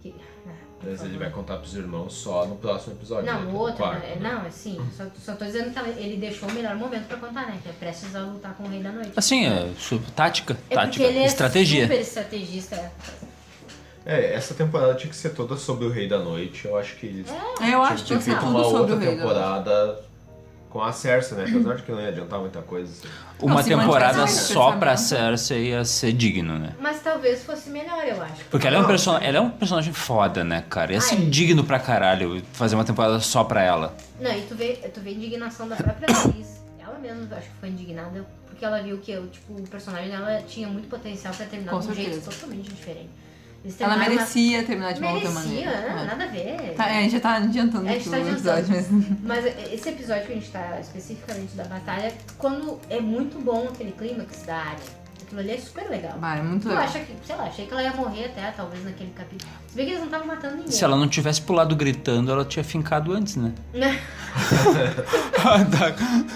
Que- ah, por
Mas ele
favor.
vai contar pros irmãos só no próximo episódio.
Não,
né?
o
No
outro,
quarto,
né?
né?
não, assim, só, só tô dizendo que ela- ele deixou o melhor momento pra contar, né? Que é prestes a lutar com o Rei da Noite.
Assim, é su- tática,
é
tática,
porque ele é
estratégia.
super estrategista. é.
É, essa temporada tinha que ser toda sobre o Rei da Noite. Eu acho que eles
É, eu
tinham
acho
que
que
ter
tinha
feito
tudo
uma
sobre
outra
o rei. da noite.
temporada com a Cersei, né? Apesar de que não ia adiantar muita coisa. assim.
Uma
Não, se
temporada
mantivesse esse
só pra
pensamento.
Cersei ia ser digno, né?
Mas talvez fosse melhor, eu acho.
Porque ela é, um
Não.
person... ela é um personagem foda, né, cara? Ia ser
Ai.
indigno pra caralho fazer uma temporada só pra ela.
Não, e tu vê, tu vê a indignação da própria atriz. Ela mesma, acho que foi indignada, porque ela viu que tipo, o personagem dela tinha muito potencial pra terminar
Com
de um jeito
certeza.
totalmente diferente. Eles
Ela
terminaram uma-
merecia terminar de uma outra
Merecia,
maneira.
né?
É.
nada a ver.
Tá, é, a gente já tá adiantando
A gente tá
aqui o
adiantando.
episódio, mas...
Mas esse episódio que a gente tá especificamente da batalha, quando é muito bom aquele clímax da área, aquilo ali é super legal.
Bah, é muito
Eu
legal.
acho que, sei lá, achei que ela ia morrer até, talvez, naquele capítulo. Se bem que eles não estavam matando ninguém.
Se ela não tivesse pulado gritando, ela tinha fincado antes, né?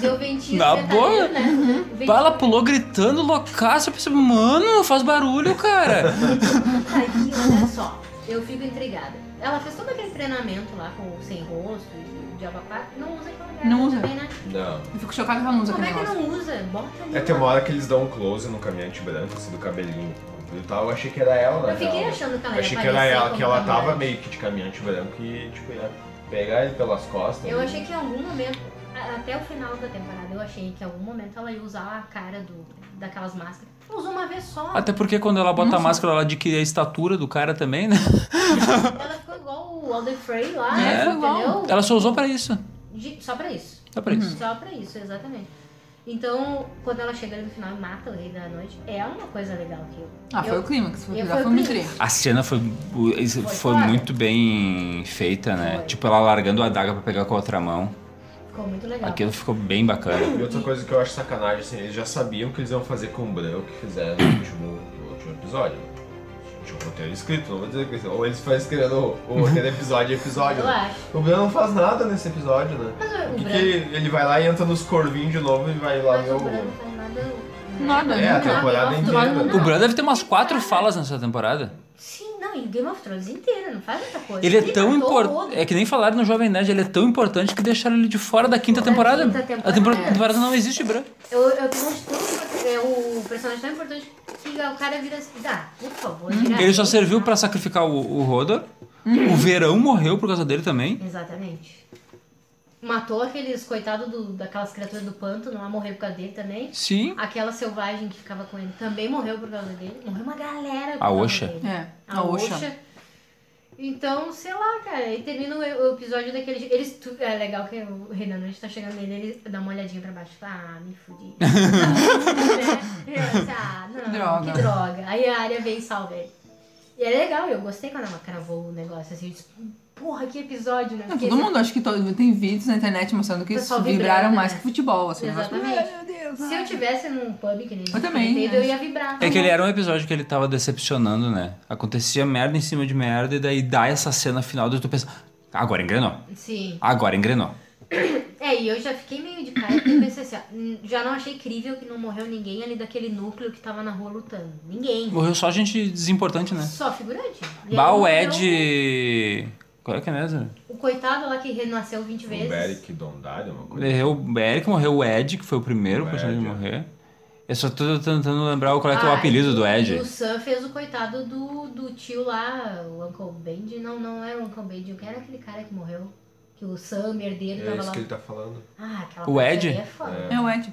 Deu ventinho
Na
de metalheiro,
boa.
né? O ventinho
Bah, ela pulou gritando, loucaça. Eu pensei, mano, faz barulho, cara.
de metalheiro, olha só, eu fico intrigada. Ela fez todo aquele treinamento lá com o sem rosto e o diabo a quatro, não usa aquela garra
Não usa.
também, né?
Não.
Eu fico chocada com a música.
Como é que
negócio.
não usa? Bota ali.
É, tem
uma-
uma hora que eles dão um close no caminhante branco, assim, do cabelinho e tal. Eu achei que era ela, né?
Eu fiquei
ela-
achando que ela
Eu
ia
achei que era
aparecer
ela,
como
que ela tava
caminhante.
meio que de caminhante branco e, tipo, ia pegar ele pelas costas.
Eu achei que em algum momento, a- até o final da temporada, eu achei que em algum momento ela ia usar a cara do, daquelas máscaras. Ela usou uma vez só.
Até porque quando ela bota a máscara, ela adquire a estatura do cara também, né?
Ela ficou igual o Alder Frey lá, né?
É, foi igual.
entendeu?
Ela só usou pra isso.
De- Só pra isso.
Só pra isso.
Só pra isso, exatamente. Então, quando ela chega ali no final e mata o Rei da Noite, é uma coisa legal que eu...
Ah, foi
eu-
o clímax, foi,
eu-
já
foi o
foi muito
clímax.
triste.
A cena foi, foi,
foda.
muito bem feita, né?
Foi.
Tipo, ela largando a adaga pra pegar com a outra mão.
Ficou muito legal.
Aquilo ficou bem bacana.
E outra coisa que eu acho sacanagem, assim, eles já sabiam que eles iam fazer com o Bran o que fizeram no último, no último episódio. Tinha um roteiro escrito, não vou dizer que ou eles foram escrevendo o o roteiro episódio a episódio.
Eu
né?
acho.
O Bran não faz nada nesse episódio, né?
Mas o,
Porque
Bran...
ele vai lá e entra nos corvinhos de novo e vai lá
Mas
ver
o
o.
Bran não faz nada... um.
Nada, né?
É, a
nada.
temporada
Não,
inteira. né?
não, não.
O Bran deve ter umas quatro falas nessa temporada.
Sim, não, e Game of Thrones inteira, não faz outra coisa.
Ele é tão
matou
importante.
todo.
É que nem falaram no Jovem Nerd, ele é tão importante que deixaram ele de fora da quinta temporada.
quinta
A
temporada. é.
temporada, temporada não existe, Bran.
Eu, eu tô mostrando é o personagem tão importante que o cara vira assim. Ah, por favor, vira
Ele só
assim.
serviu pra sacrificar o, o Rodor.
Uhum.
O Verão morreu por causa dele também.
Exatamente. Matou aqueles coitados do, daquelas criaturas do pântano lá, morreu por causa dele também.
Sim.
Aquela selvagem que ficava com ele também morreu por causa dele. Morreu uma galera por
A
causa
Osha.
dele.
É,
A,
a
Osha.
Osha.
Então, sei lá, cara. E termina o, o episódio daquele. jeito. Eles, tu- é legal que o Renan Nunes tá chegando nele, ele dá uma olhadinha pra baixo. Ah, me fudi. Né? Ele pensa, ah, não,
Droga.
que droga. Aí a área vem e salva ele. E é legal, eu gostei quando ela cravou o negócio assim. eu disse, Porra, que episódio, né?
Não,
Porque
todo mundo, acho que todo, tem vídeos na internet mostrando que isso
Pessoal
vibraram
vibrando,
mais
né?
que futebol, assim.
Exatamente.
Ai, meu Deus.
Se eu tivesse num pub que nem
Eu também,
comentei, eu
acho.
ia vibrar.
É que ele era um episódio que ele tava decepcionando, né? Acontecia merda em cima de merda, e daí dá essa cena final do tu pensa. Agora engrenou.
Sim.
Agora engrenou.
É, e eu já fiquei meio de cara porque eu pensei assim, ó, "Hum, já não achei crível que não morreu ninguém ali daquele núcleo que tava na rua lutando. Ninguém.
Morreu só gente desimportante, né?
Só figurante. E aí
Bah, o
morreu
Ed. Qual é que é mesmo?
O coitado lá que renasceu 20
O
vezes.
Beric Dondari, uma coisa. assim.
Morreu o Eric, morreu o Ed, que foi o primeiro
O
personagem
Ed,
a
é.
morrer. Eu só tô tentando lembrar qual é que é o
Ah,
apelido do
e-
Ed.
E o Sam fez o coitado do, do tio lá, o Uncle Bendy. Não, não era o Uncle Bendy. Quem era aquele cara que morreu? Que o Sam, merdeiro,
É
tava
isso
lá.
que ele tá falando.
Ah, aquela
O
parte
Ed?
ali É foda.
É o Ed.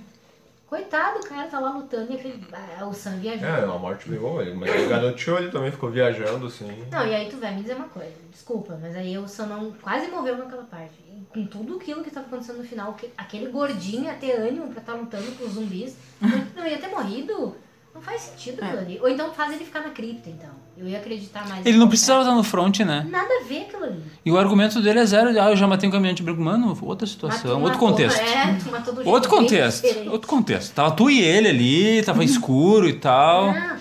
Coitado, o cara tá lá lutando e aquele. ah, o Sam viajou.
É, a morte pegou ele, mas o garotinho ele também ficou viajando, assim.
Não, e aí tu vai me dizer uma coisa, desculpa, mas aí o Sam não quase morreu naquela parte. E com tudo aquilo que tava acontecendo no final, que- aquele gordinho ia ter ânimo pra estar lutando com os zumbis,
Uhum.
não- não ia ter morrido. Não faz sentido
É.
aquilo ali. Ou então faz ele ficar na cripta, então. Eu ia acreditar mais.
Ele não
nesse
precisava
cara.
estar no front, né?
Nada a ver aquilo ali.
E o argumento dele é zero. Ah, eu já matei um caminhante branco. Mano, outra situação,
Matou-
outro
matou-
contexto.
É, tu matou do jeito
Outro
bem
contexto,
diferente.
outro contexto. Tava tu e ele ali, tava escuro e tal.
Não, cara,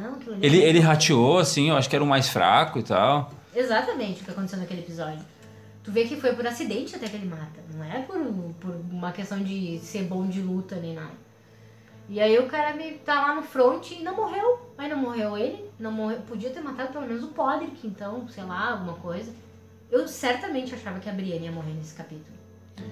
não. aquilo ali- é
Ele, ele rateou, assim, eu acho que era o mais fraco e tal.
Exatamente o que aconteceu naquele episódio. Tu vê que foi por acidente até que ele mata. Não é por, por uma questão de ser bom de luta nem nada. E aí o cara me tá lá no front e não morreu. Aí não morreu ele, não morreu. Podia ter matado pelo menos o Podrick, então, sei lá, alguma coisa. Eu certamente achava que a Brienne ia morrer nesse capítulo.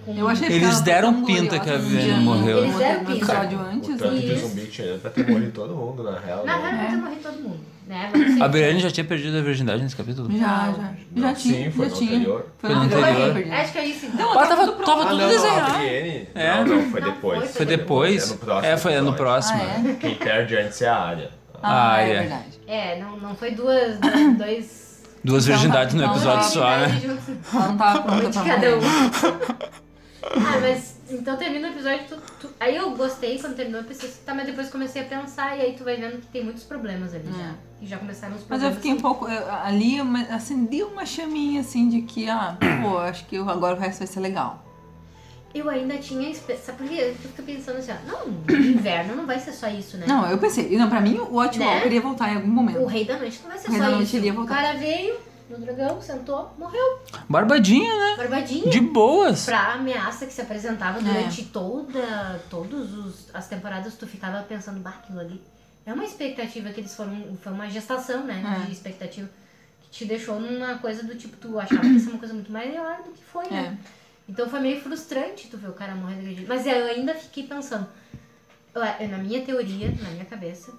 Com-
Eu achei
Eles
aquela
deram
tão
pinta que a
gloriosa,
Viviane
um dia,
morreu.
Eles deram
Um
pinta.
episódio antes,
O tanto de
Isso.
zumbi tinha pra ter morrido todo mundo, na real.
Na
né?
real, vai ter morrido todo mundo, né? Vamos ser-
A Brienne já tinha perdido a virgindade nesse
Ah,
capítulo?
Já, já.
Não,
já
sim,
tinha,
foi
já
no
tinha.
anterior.
Foi
Foi
no
no
anterior.
anterior.
Foi no anterior.
Acho que é isso então.
Não,
Ah, tava,
tudo
tava
Ah,
tudo
não, não, a
desenhado.
Brienne.
É.
Não, não, foi
Não,
depois.
Foi depois?
É, no próximo
É, foi no
episódio.
próximo.
Ah, é?
Quem perde antes é a área.
Ah,
Ah,
é
é.
verdade.
É, não, não foi duas, dois- dois
Duas
Então,
virgindades
tá
no
então,
Ah,
episódio só, né?
Ela não tava pronta
Uma de
pra
cada um.
morrer.
Ah, mas então termina o episódio. Tu, tu- Aí eu gostei quando terminou, eu pensei assim, tá, mas depois comecei a pensar e aí tu vai vendo que tem muitos problemas ali já. E já começaram os
Mas
problemas.
eu fiquei um
que-
pouco. eu- ali mas, acendeu uma chaminha assim de que, ah, pô, acho que eu- agora o resto vai ser legal.
assim. Eu ainda tinha. espe- Sabe por quê? Eu fico pensando assim, ó, não, inverno não vai ser só isso, né?
Não, eu pensei, não, pra mim o Watch
Né?
Walker iria voltar em algum momento.
O rei da noite não vai ser
O Rei da
só
Noite
isso.
iria
O
voltar.
cara veio no dragão, sentou, morreu.
Barbadinha, né?
Barbadinha.
De boas.
Pra ameaça que se
É.
apresentava durante toda todas os- as temporadas, tu ficava pensando, bah, aquilo ali. É uma expectativa que eles foram. Foi uma gestação, né?
É.
De expectativa. Que te deixou numa coisa do tipo, tu achava que ia ser uma coisa muito maior do que foi, né?
É.
Então foi meio frustrante tu ver o cara morrer daquele jeito. Mas é, eu ainda fiquei pensando. eu- é, Na minha teoria, na minha cabeça,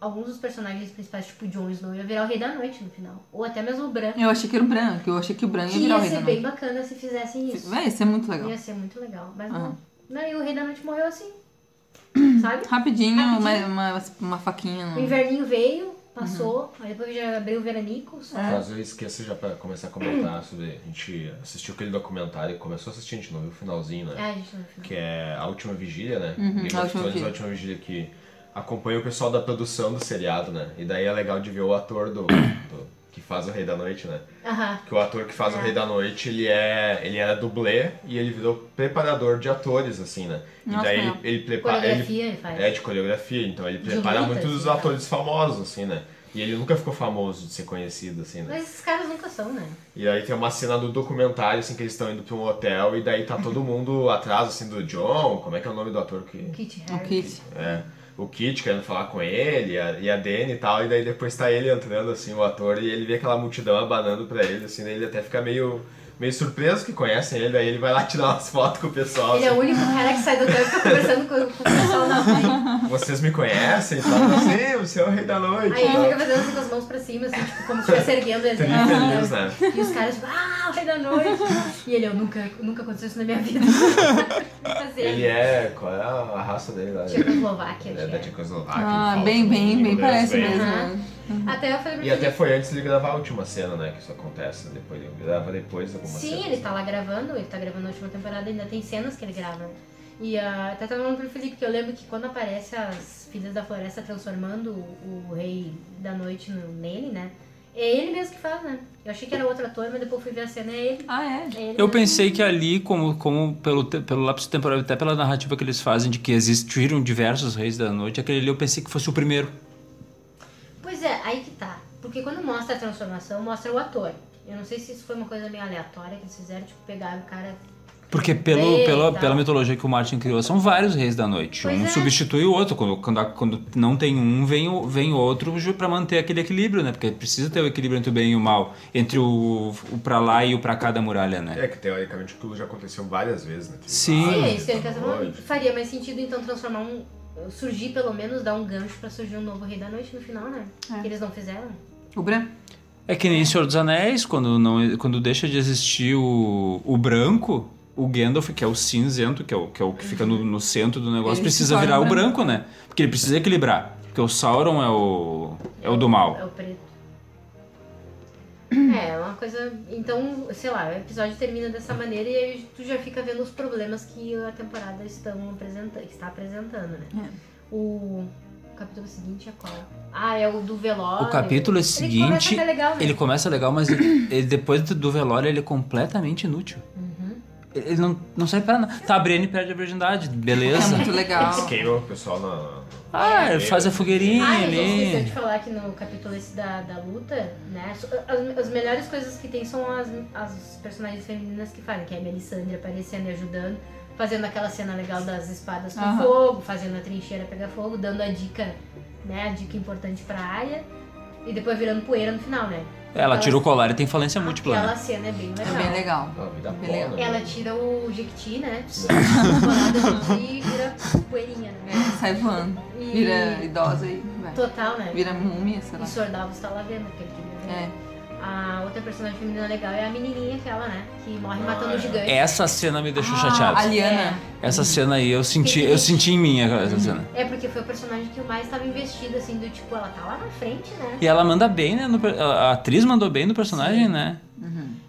alguns dos personagens principais, tipo Jon Snow, ia virar o Rei da Noite no final. Ou até mesmo o Bran.
Eu achei que era o branco, eu achei que o branco
Que
ia virar
ia
o rei
ser
da
bem
noite.
bacana se fizessem isso.
Vai, isso é muito legal.
Ia ser muito legal, mas
Aham.
não. Não, e o Rei da Noite morreu assim. Sabe?
Rapidinho,
Rapidinho.
Uma, uma, uma faquinha.
O inverninho veio, passou, aí depois já abriu o veranico,
É.
só.
Caso eu esqueça já pra começar a comentar sobre. A gente assistiu aquele documentário, começou a assistir, a gente não viu o finalzinho, né?
Ah, gente, no final.
que é a última vigília, né?
Uhum,
Game
A
of
Última
Thrones,
Vigília.
a última vigília que acompanha o pessoal da produção do seriado, né? E daí é legal de ver o ator do, do- que faz o Rei da Noite, né?
Aham.
Que o ator que faz o Rei da Noite, ele é ele era dublê e ele virou preparador de atores, assim, né?
Nossa,
e daí ele,
legal.
ele prepara
Coreografia ele faz.
é de coreografia, então ele
De
prepara
lutas,
muito dos
então.
atores famosos, assim, né? E ele nunca ficou famoso de ser conhecido, assim, né?
Mas esses caras nunca são, né?
E aí tem uma cena do documentário, assim, que eles estão indo pra um hotel e daí tá todo mundo atrás, assim, do John, como é que é o nome do ator que...
Kit
O
Harington.
Kit.
É, o Kit querendo falar com ele, e a, e a Dani e tal, e daí depois tá ele entrando, assim, o ator, e ele vê aquela multidão abanando pra ele, assim, daí ele até fica meio, meio surpreso que conhecem ele, daí ele vai lá tirar umas fotos com o pessoal,
Ele é o
assim,
único cara que sai do hotel e fica conversando com, com o pessoal na rua.
vocês me conhecem? E tal, assim, você é o rei da noite. Então,
Aí
e
ele
tal.
fica fazendo assim com as mãos pra cima, assim, tipo, como se estivesse erguendo o exército.
Feliz, né?
E os caras, tipo, ah, o rei da noite. E ele, eu nunca, nunca aconteceu isso na minha vida. Fazer.
Ele é... Qual é a raça dele lá?
Tchecoslováquia,
É da
Tipo, acho que é.
Tchecoslováquia.
Ah,
ele
bem,
fala
bem, bem,
inglês,
parece
bem.
mesmo.
Aham.
né?
Até eu falei pra
E até foi antes de gravar a última cena, né? Que isso acontece depois. Ele grava depois né? alguma
Sim,
cena.
ele
né?
tá lá gravando, ele tá gravando a última temporada, ainda tem cenas que ele grava. E ah, até tava falando pro Felipe que eu lembro que quando aparece as Filhas da Floresta transformando o, o Rei da Noite no- nele, né? É ele mesmo que faz, né? Eu achei que era outro ator, mas depois fui ver a cena, é ele.
Ah, é?
É ele
Eu
mesmo.
pensei que ali, como, como pelo, te- pelo lapso temporal, até pela narrativa que eles fazem de que existiram diversos reis da noite, aquele ali eu pensei que fosse o primeiro.
Pois é, aí que tá. Porque quando mostra a transformação, mostra o ator. Eu não sei se isso foi uma coisa meio aleatória que eles fizeram, tipo, pegaram o cara.
Porque pelo,
Eita.
pela, pela mitologia que o Martin criou, são vários reis da noite.
Pois
um
é.
substitui o outro. Quando, quando, a- quando não tem um, vem, o- vem outro ju- pra manter aquele equilíbrio, né? Porque precisa ter o equilíbrio entre o bem e o mal. Entre o, o pra lá e o pra cá da muralha, né?
É que teoricamente aquilo já aconteceu várias vezes, né? Teve
Sim.
Sim, é
vários,
isso que ele quer
tá
saber.
longe.
Faria mais sentido então transformar um. Surgir pelo menos, dar um gancho pra surgir um novo Rei da Noite no final, né?
É.
Que eles não fizeram.
O branco?
É que nem Senhor dos Anéis, quando, não, quando deixa de existir o, o branco, o Gandalf, que é o cinzento, que é o que, é o que fica no, no centro do negócio,
Ele se
precisa
torna
virar o branco,
branco.
né? Porque ele precisa equilibrar. Porque o Sauron é o. é o do
É
mal.
o preto. É, é uma coisa. Então, sei lá, o episódio termina dessa maneira e aí tu já fica vendo os problemas que a temporada estão apresentando, está apresentando, né? O capítulo seguinte é qual? Ah, é o do velório.
O capítulo
Ele começa a
seguinte,
ficar legal, né?
ele começa legal, mas ele, ele- depois do velório ele é completamente inútil.
Uhum.
Ele ele não, não serve pra nada. Tá, a Brienne perde a virgindade,
É
beleza.
muito legal.
Eles queimam o pessoal na.
Ah, ele faz a fogueirinha
Ah, eu esqueci de
ali.
falar que no capítulo esse da, da luta, né? so- As, as melhores coisas que tem são as, as personagens femininas que fazem, que é a Melisandre aparecendo e ajudando, fazendo aquela cena legal das espadas com
Aham.
fogo, fazendo a trincheira pegar fogo, dando a dica, né? A dica importante pra área. E depois virando poeira no final, né?
Ela tira o colar e tem falência múltipla.
Aquela
Né?
cena é bem
É
legal.
bem legal.
na vida
Bem
pó,
legal.
né?
Ela tira o Jequiti, né? Bolada e vira poeirinha, né?
É, sai voando.
E-
Vira idosa e vai.
Total, né?
Vira múmia, sei lá.
E Sordavos tá lá vendo, porque ele queria ver.
É.
A outra personagem feminina legal é a menininha aquela, né? Que morre
Ah,
matando
é.
o gigante.
Essa cena me deixou
Ah,
chateado.
A Liana.
Essa cena aí eu senti, eu senti em mim essa cena.
É porque foi o personagem que eu mais tava investido, assim, do tipo, ela tá lá na frente, né?
E ela manda bem, né? no per- a a atriz mandou bem no personagem, né?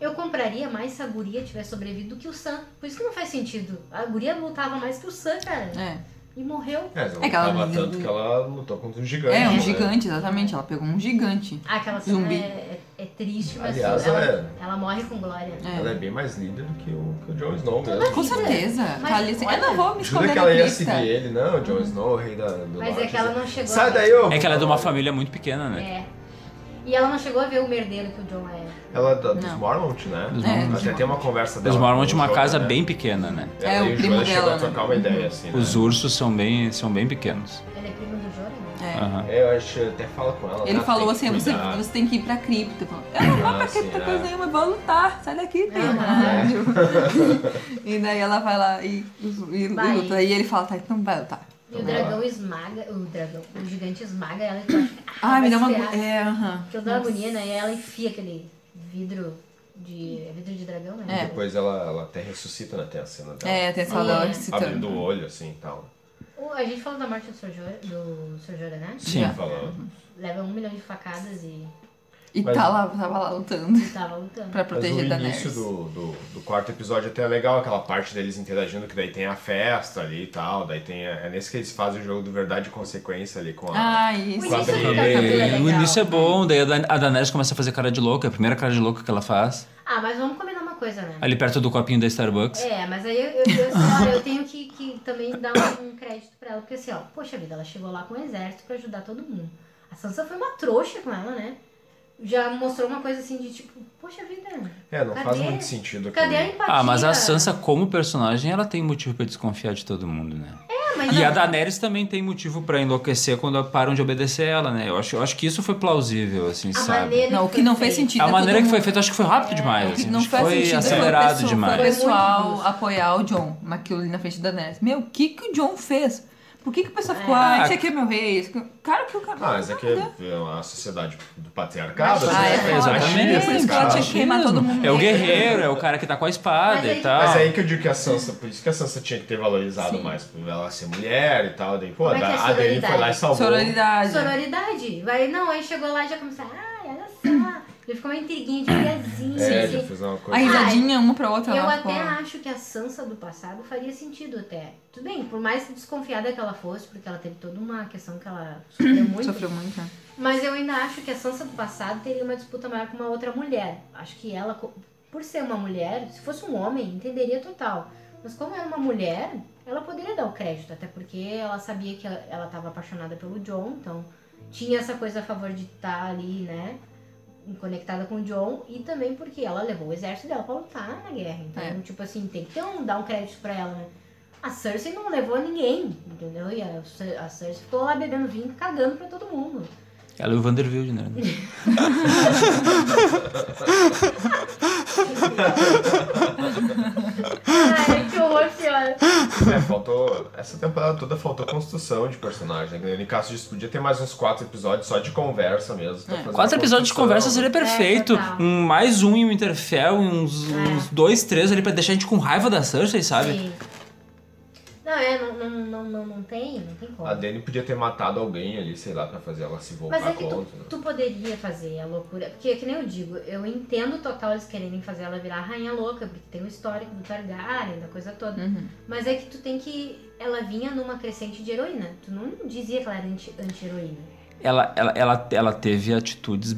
Eu compraria mais se a guria tivesse sobrevivido do que o Sam. Por isso que não faz sentido. A guria lutava mais que o Sam, cara.
É.
E morreu.
É, ela
É que ela-
lutava tanto que ela lutou contra um gigante.
É, um
né?
gigante, exatamente. Ela pegou um gigante.
Ah, Aquela cena
Zumbi.
é, é- é triste, mas
Aliás,
ela,
é.
ela morre com glória. né?
Ela é
É.
bem mais líder do que o, que o Jon Snow mesmo.
Com certeza.
Mas
Tá ali assim,
olha-
eu não vou
Jura
me esconder
que ela
na
ia
pista.
seguir ele, não? Jon Snow, o rei da, do
Uhum. Mas
norte,
é que ela
assim.
não chegou
Sai
a-
daí, ô!
É que ela é de uma família muito pequena, né?
É. E ela não chegou a ver o merdeiro que o John é.
Ela é da- dos
Não.
Mormont, né?
Dos
Mormont.
Até tem uma conversa dela.
Os Mormont é
com o
uma
Jon,
casa
né?
bem pequena, né?
Ela
É, o
e
primo
Jonas chegou
dela,
a trocar
né?
uma ideia, assim,
Os
né?
ursos são bem, são bem pequenos.
Ele é primo do Jorah, né?
É.
Aham.
É, eu acho, eu até fala com ela.
Ele
né? Tem
falou
que
assim, você,
cuidar.
você tem que ir pra cripta. Eu falo, Eu não vou pra
Nossa,
cripta
é.
coisa nenhuma, eu vou lutar. Sai daqui,
Aham.
demônio. e daí ela vai lá e, e, e
Vai.
luta. E ele fala, tá, então vai lutar.
E o dragão esmaga, o dragão, o gigante esmaga ela e tu acha que ah,
Ai, me dá uma...
vai se ferrar.
agu- É, aham.
Porque eu dou uma agonia, né? E ela enfia aquele vidro de. É vidro de dragão, né?
É.
Depois ela, ela até ressuscita, né? Tem a cena dela.
É, tem a sala
Sim.
dela
Abrindo
recitando.
o olho, assim, e tal.
O- a gente falou da morte do Sr. Jorah, do Sr. Jorah, né?
Sim.
Já.
Falando.
Leva um milhão de facadas e tá
E
Mas-
tá lá, tava lá lutando
tava lutando.
pra
Mas
proteger da
o
Nerys.
início do, do, do quarto episódio até é legal, aquela parte deles interagindo, que daí tem a festa ali e tal, daí tem... A, é nesse que eles fazem o jogo do verdade e consequência ali com a...
Ah, isso.
O início do
Quadrilha.
capítulo é
E
legal.
O início é bom, daí a Dan- a Daenerys começa a fazer cara de louca, é a primeira cara de louca que ela faz.
Ah, mas vamos combinar uma coisa, né?
Ali perto do copinho da Starbucks.
É, mas aí eu, eu, eu, sei lá, eu tenho que, que também dar um, um crédito pra ela, porque assim, ó, poxa vida, ela chegou lá com um exército pra ajudar todo mundo. A Sansa foi uma trouxa com ela, né? Já mostrou uma coisa assim de tipo, poxa vida.
É, não faz
cadê-
muito sentido.
Cadê a
aquilo.
empatia?
Ah, mas a Sansa, como personagem, ela tem motivo pra desconfiar de todo mundo, né?
É, mas
E
não-
a Daenerys também tem motivo pra enlouquecer quando param de obedecer ela, né? Eu acho, eu acho que isso foi plausível, assim,
a
sabe?
maneira
Não, o que não fez
feito.
sentido.
A
é
maneira
todo
que foi
mundo-
feita, acho que foi rápido demais.
O que
assim,
não
acho que
faz
foi
sentido
acelerado
foi o pessoal,
demais.
Foi o
Foi muito
pessoal
brusco.
apoiar o John naquilo ali na frente da Daenerys. Meu, o que, que o John fez? Por que, que o pessoal ficou,
Ah.
ah, esse aqui é meu rei? Esse aqui... Cara, que o cara.
Ah, mas é que é a sociedade do patriarcado,
Ah,
assim,
é.
tem
Exatamente.
machismo,
Por isso que ela tinha que queimar todo mundo.
É o guerreiro, é o cara que tá com a espada
Mas
e
aí-
tal.
Mas é aí que eu digo que a Sansa, por isso que a Sansa tinha que ter valorizado mais, por ela ser mulher e tal, daí, pô,
Como é que é
da- a Dani foi lá e
sororidade?
salvou.
Sororidade.
Sororidade. Vai, não, aí chegou lá e já começou, ai, olha só. Já ficou uma intriguinha de piazinha.
É,
assim.
já fez uma
A
coisa.
risadinha uma pra outra.
Eu
lá,
até
pô.
acho que a Sansa do passado faria sentido até. Tudo bem, por mais desconfiada que ela fosse, porque ela teve toda uma questão que ela sofreu muito.
Sofreu muito. né?
Mas eu ainda acho que a Sansa do passado teria uma disputa maior com uma outra mulher. Acho que ela, co- por ser uma mulher, se fosse um homem, entenderia total. Mas como era uma mulher, ela poderia dar o crédito, até porque ela sabia que ela- ela estava apaixonada pelo John, então tinha essa coisa a favor de estar ali, né? Conectada com o John e também porque ela levou o exército dela pra lutar na guerra. Então,
É.
tipo assim, tem que ter um, dar um crédito pra ela, né? A Cersei não levou ninguém, entendeu? E a, Cer- a Cersei ficou lá bebendo vinho, cagando pra todo mundo.
Ela é o Vanderbilt, né?
Ai, que horror. Nossa senhora.
É, faltou. Essa temporada toda faltou construção de personagem. Né? No caso disso, podia ter mais uns quatro episódios só de conversa mesmo.
É,
Tá fazendo
Quatro
uma
episódios de
construção. né?
conversa seria perfeito.
total.
um, mais um e um Interfell, e
É.
uns, uns dois, três ali pra deixar a gente com raiva da Cersei, sabe?
Sim. Não, é, não, não, não, não, não tem, não tem como.
A Dani podia ter matado alguém ali, sei lá, pra fazer ela se
um
voltar
Mas é que tu,
né?
contra. né?
tu poderia fazer a loucura. Porque, é que nem eu digo, eu entendo total eles quererem fazer ela virar a rainha louca, porque tem o histórico do Targaryen, da coisa toda.
Uhum.
Mas é que tu tem que. Ela vinha numa crescente de heroína. Tu não dizia que ela era anti- anti-heroína.
Ela, ela, ela, ela teve atitudes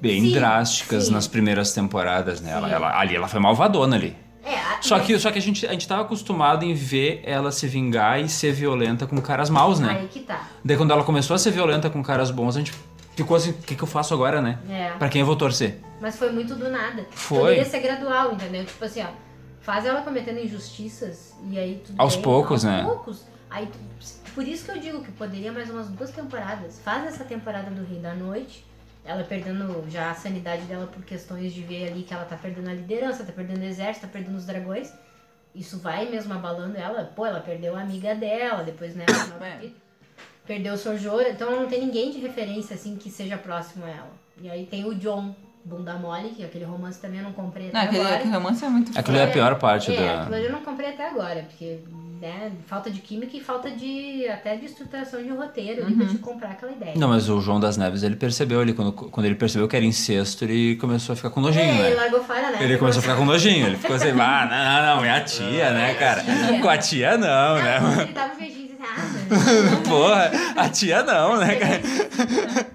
bem
Sim,
drásticas
sim.
nas primeiras temporadas, né? Ela,
Sim.
ela- ali ela foi malvadona ali.
é, a-
Só
mas-
que, só que a, gente, a gente tava acostumado em ver ela se vingar e ser violenta com caras maus, né?
Aí que tá.
Daí quando ela começou a ser violenta com caras bons, a gente ficou assim, o que, que eu faço agora, né?
É.
Pra quem eu vou torcer?
Mas foi muito do nada.
Foi.
Poderia ser gradual, entendeu? Tipo assim, ó. Faz ela cometendo injustiças e aí tudo
Aos
bem,
poucos,
aos
né?
poucos. Aí, tu- por isso que eu digo que poderia mais umas duas temporadas. Faz essa temporada do Rei da Noite, ela perdendo já a sanidade dela por questões de ver ali que ela tá perdendo a liderança, tá perdendo o exército, tá perdendo os dragões. Isso vai mesmo abalando ela. Pô, ela perdeu a amiga dela, depois, né? ela não-
É.
Perdeu o Sr. Jorah, então ela não tem ninguém de referência, assim, que seja próximo a ela. E aí tem o John, bunda mole, que aquele romance também eu não comprei até
Não, aquele,
agora.
aquele romance é muito
Aquilo é a pior parte
É,
da.
aquilo ali eu não comprei até agora, porque, né, falta de química e falta de, até de estruturação de roteiro, uhum. de comprar aquela ideia.
Não, mas o João das Neves, ele percebeu ali, quando, quando ele percebeu que era incesto, ele começou a ficar com nojinho,
é, ele
né?
largou fora, né?
Ele começou a ficar com nojinho, ele ficou assim, ah, não, não, não, é a tia, né, cara? Com a tia não,
Ah,
né?
ele tava beijinho, assim, ah,
Porra, a tia não, né, cara? Né,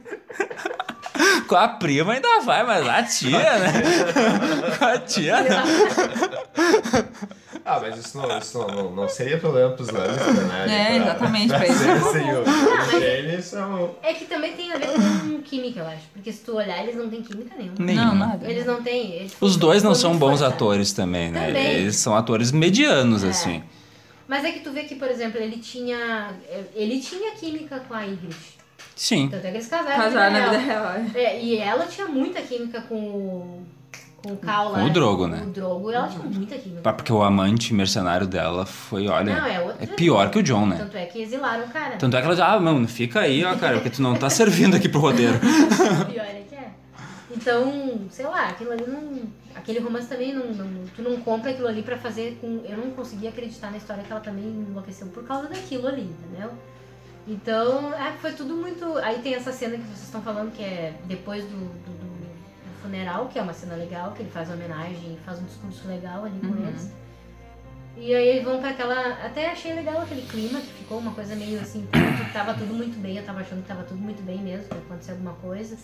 Com a prima ainda vai, mas a tia, né? Com a tia não.
Ah, mas isso não, isso não, não, não seria problema pros Lannister, né?
É, exatamente, pra eles.
assim.
eles. Eles são.
é que também tem a ver com química, eu acho, porque se tu olhar, eles não têm química nenhuma.
Não,
Nenhuma.
nada.
Eles não têm... eles-
Os dois não
foi
são
muito
bons
forçado.
atores também, né?
Também.
Eles são atores medianos, assim.
Mas é que tu vê que, por exemplo, ele tinha. Ele tinha química com a Ingrid.
Sim.
Tanto é que eles casaram.
Casar na
real.
vida real. é.
É, e ela tinha muita química com o. Com o Cal lá.
Com o Drogo, né?
O Drogo, ela tinha muita química.
Pá, Ah, Porque o amante mercenário dela foi, olha,
Não, é
é,
outra-
pior que o John, né?
Tanto é que exilaram o cara.
Tanto é que ela diz, ah, mano, fica aí, ó, cara, porque tu não tá servindo aqui pro roteiro.
Pior é que é. Então, sei lá, aquilo ali não. Aquele romance também não, não- Tu não compra aquilo ali pra fazer com. Eu não conseguia acreditar na história que ela também enlouqueceu por causa daquilo ali, entendeu? Então, é, foi tudo muito. Aí tem essa cena que vocês estão falando que é depois do, do, do- do funeral, que é uma cena legal, que ele faz homenagem, faz um discurso legal ali com
Uhum.
eles. E aí eles vão pra aquela. Até achei legal aquele clima que ficou uma coisa meio assim, que tava tudo muito bem, eu tava achando que tava tudo muito bem mesmo, que ia acontecer alguma coisa.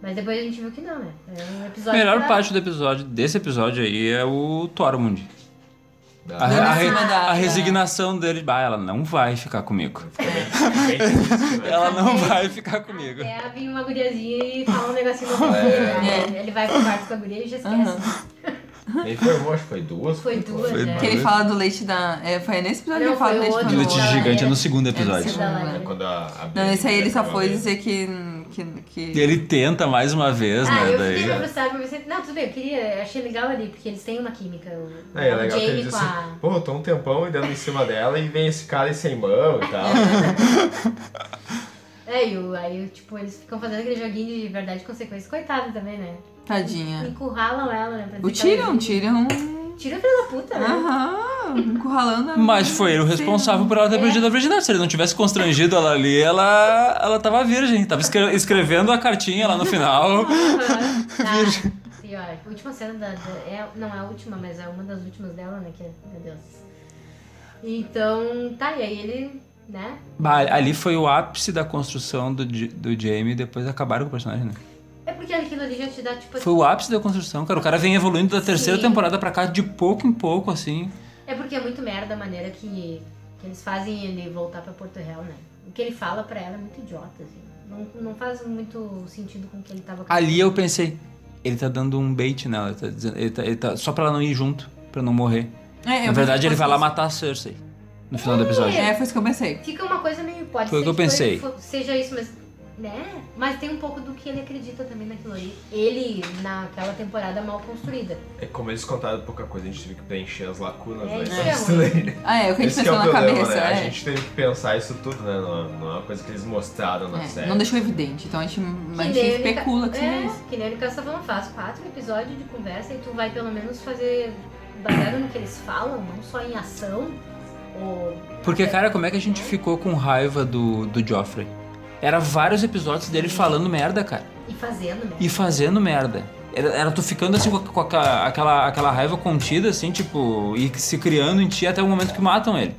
Mas depois a gente viu que não, né? É um
A
episódio.
melhor
pra-
parte do episódio, desse episódio aí, é o Tormund.
Ah,
A, a- a-
em cima da-
a resignação dele, bah, ela não vai ficar comigo.
bem difícil, né?
Ela não vai ficar comigo.
É, vem uma guriazinha e fala um negocinho no ouvido, né? Ele vai pro quarto com a guria e já esquece.
Nem foi uma, acho que foi duas.
Foi duas,
Foi
né?
Que ele fala do leite da. é, foi nesse episódio que
Não,
ele fala
foi
do leite da
o outro.
Uhum. Leite
Não, ela
gigante é
é-
no segundo
É no
episódio.
segundo.
Ela-
Quando a, a
Não,
Brienne
esse aí ele só
tava
foi
ali.
dizer que. que, que-
E ele tenta mais uma vez,
Ah,
né?
eu
daí-
fiquei meio frustrada, mas eu pensei, não, tudo bem, eu queria, eu achei legal ali, porque eles têm uma química. O,
É, é
o
legal que ele
Jamie
diz
com
assim,
a.
pô, tô um tempão e dando em cima dela e vem esse cara aí sem mão e tal.
É, e o, aí, tipo, eles ficam fazendo aquele joguinho de verdade e consequência. Coitado também, né?
Tadinha.
Encurralam ela, né? pra
É. O
dizer que ela-
Tyrion, o Tyrion.
Tira o filho da puta, né?
Aham, encurralando a.
Mas foi ele o
Sim.
responsável por
É.
ela ter perdido a virgindade. Se ele não tivesse constrangido ela ali, ela, ela tava virgem. Tava escre- escrevendo a cartinha lá no final.
Ah, pior. A última cena da. da- é, não é a última, mas é uma das últimas dela, né? Que é, meu Deus. Então, tá, e aí ele, né?
Bah, ali foi o ápice da construção do, J- do Jamie e depois acabaram com o personagem, né?
É porque aquilo ali já te dá, tipo
Foi o ápice da construção, cara. O cara vem evoluindo da terceira
Sim.
temporada pra cá de pouco em pouco, assim.
É porque é muito merda a maneira que, que eles fazem ele voltar pra Porto Real, né? O que ele fala pra ela é muito idiota, assim. Não, não faz muito sentido com o que ele tava...
Ali é eu pensei, ele tá dando um bait nela. Ele tá dizendo, ele tá- ele tá- só pra ela não ir junto, pra não morrer.
É, eu
Na verdade, ele
pensei
vai lá
que
matar a Cersei no final do episódio.
fosse- É, foi isso que eu pensei.
Fica uma coisa meio... Pode
Foi o
ser
que eu pensei.
foi- seja isso, mas né? Mas tem um pouco do que ele acredita também naquilo ali. Ele, naquela temporada mal construída.
É como eles contaram pouca coisa, a gente teve que preencher as lacunas né?
É,
da
isso
história do
é
Slade.
Ah, é, o que a gente
Esse que é
pensou
o
na
problema, né?
cabeça. é.
A gente teve que pensar isso tudo, né? Não, não é uma coisa que eles mostraram
tá
na
É,
série.
não deixou evidente, então a gente, a gente
nem ele
especula
ca-
que
é,
seja isso. Ah,
Que nem ele tá falando, faz quatro episódios de conversa e tu vai pelo menos fazer baseado no que eles falam, não só em ação. Ou... né?
Porque, cara, como é que a gente ficou com raiva do, do Joffrey? Era vários episódios dele falando merda, cara.
E fazendo, né?
E fazendo merda. Era, era tu ficando assim com, a- com a- aquela, aquela raiva contida, assim, tipo, e se criando em ti até o momento que matam ele.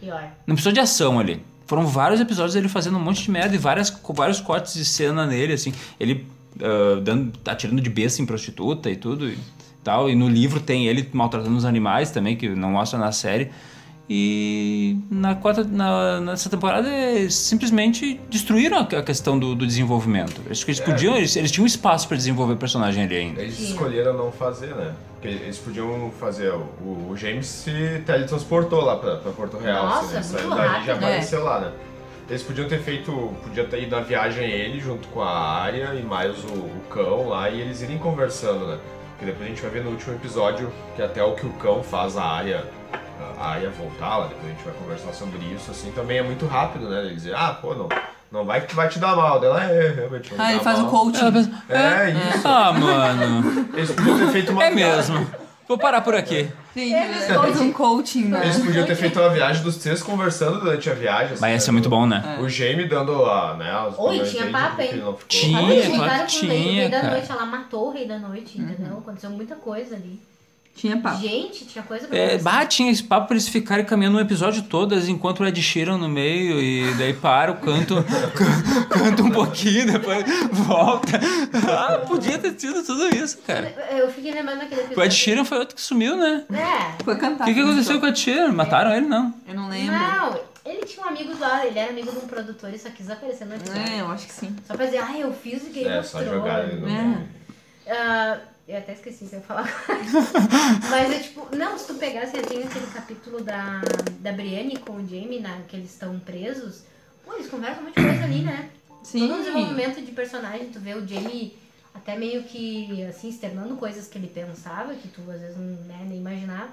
Pior.
Não precisou de ação ali. Foram vários episódios ele fazendo um monte de merda e várias, com vários cortes de cena nele, assim. Ele ah, dando, atirando de besta em prostituta e tudo e tal. E no livro tem ele maltratando os animais também, que não mostra na série. E na quarta, na- nessa temporada é, simplesmente destruíram a a questão do, do desenvolvimento. Acho que eles podiam, eles, eles tinham espaço pra desenvolver o personagem ali ainda.
Eles escolheram não fazer, né? Porque eles podiam fazer. O, o James se teletransportou lá pra, pra Porto Real.
Nossa,
assim, né?
muito
Saiu dali e já
rápido,
né?
apareceu lá, né? Eles podiam ter feito. Podia ter ido a viagem ele junto com a área e mais o, o cão lá e eles irem conversando, né? Porque depois a gente vai ver no último episódio que até o que o cão faz a área. A área voltar lá, depois a gente vai conversar sobre isso, assim, também é muito rápido, né? Ele dizer, ah, pô, não, não vai que vai te dar mal. Dela é, realmente. vai
Ah,
me
ele
dar
faz o
mal."
coaching.
Tá Ela pensa,
É, isso.
Ah, mano.
Eles podiam ter feito uma
É mesmo. Vou parar por aqui.
Gente, ele faz um coaching, né?
Eles podiam ter feito uma viagem dos três conversando durante a viagem. assim,
Mas ia ser
né?
muito bom, né?
O Jamie dando a, né, as
Oi,
problemas
tinha
dele,
papo,
que
hein?
ele não ficou.
Tinha.
Sabe, eles
claro
ligaram
que
com o rei, o
tinha,
rei da
cara. Uhum.
noite, ela matou o rei da noite, entendeu? Aconteceu muita coisa ali.
Tinha papo.
Gente, tinha coisa pra
Ah. É,
acontecer.
bah, tinha esse papo pra eles ficarem caminhando um episódio todo, eles encontram o Ed Sheeran no meio e daí para, canto, canto um pouquinho, depois volta. Ah, podia ter tido tudo isso, cara.
Eu fiquei lembrando daquele
O
episódio.
Ed Sheeran foi outro que sumiu, né?
É.
Foi
O
cantar.
que, que
começou.
aconteceu com o Ed Sheeran? Mataram ele, não?
Eu não lembro.
Não, ele tinha um amigo lá, ele era amigo de um produtor e só quis aparecer no episódio.
É, eu acho que sim.
Só pra dizer, ah, eu fiz o que ele
É, só
mostrou. né?
jogar ele no
É.
meio.
Ah, eu até esqueci o que eu ia falar agora. Mas é tipo, não, se tu pegar, você tem aquele capítulo da, da Brienne com o Jamie, na, que eles estão presos. Pô, eles conversam um monte de coisa ali, né?
Sim.
Todo um desenvolvimento de personagem, tu vê o Jamie até meio que, assim, externando coisas que ele pensava, que tu às vezes não né, nem imaginava.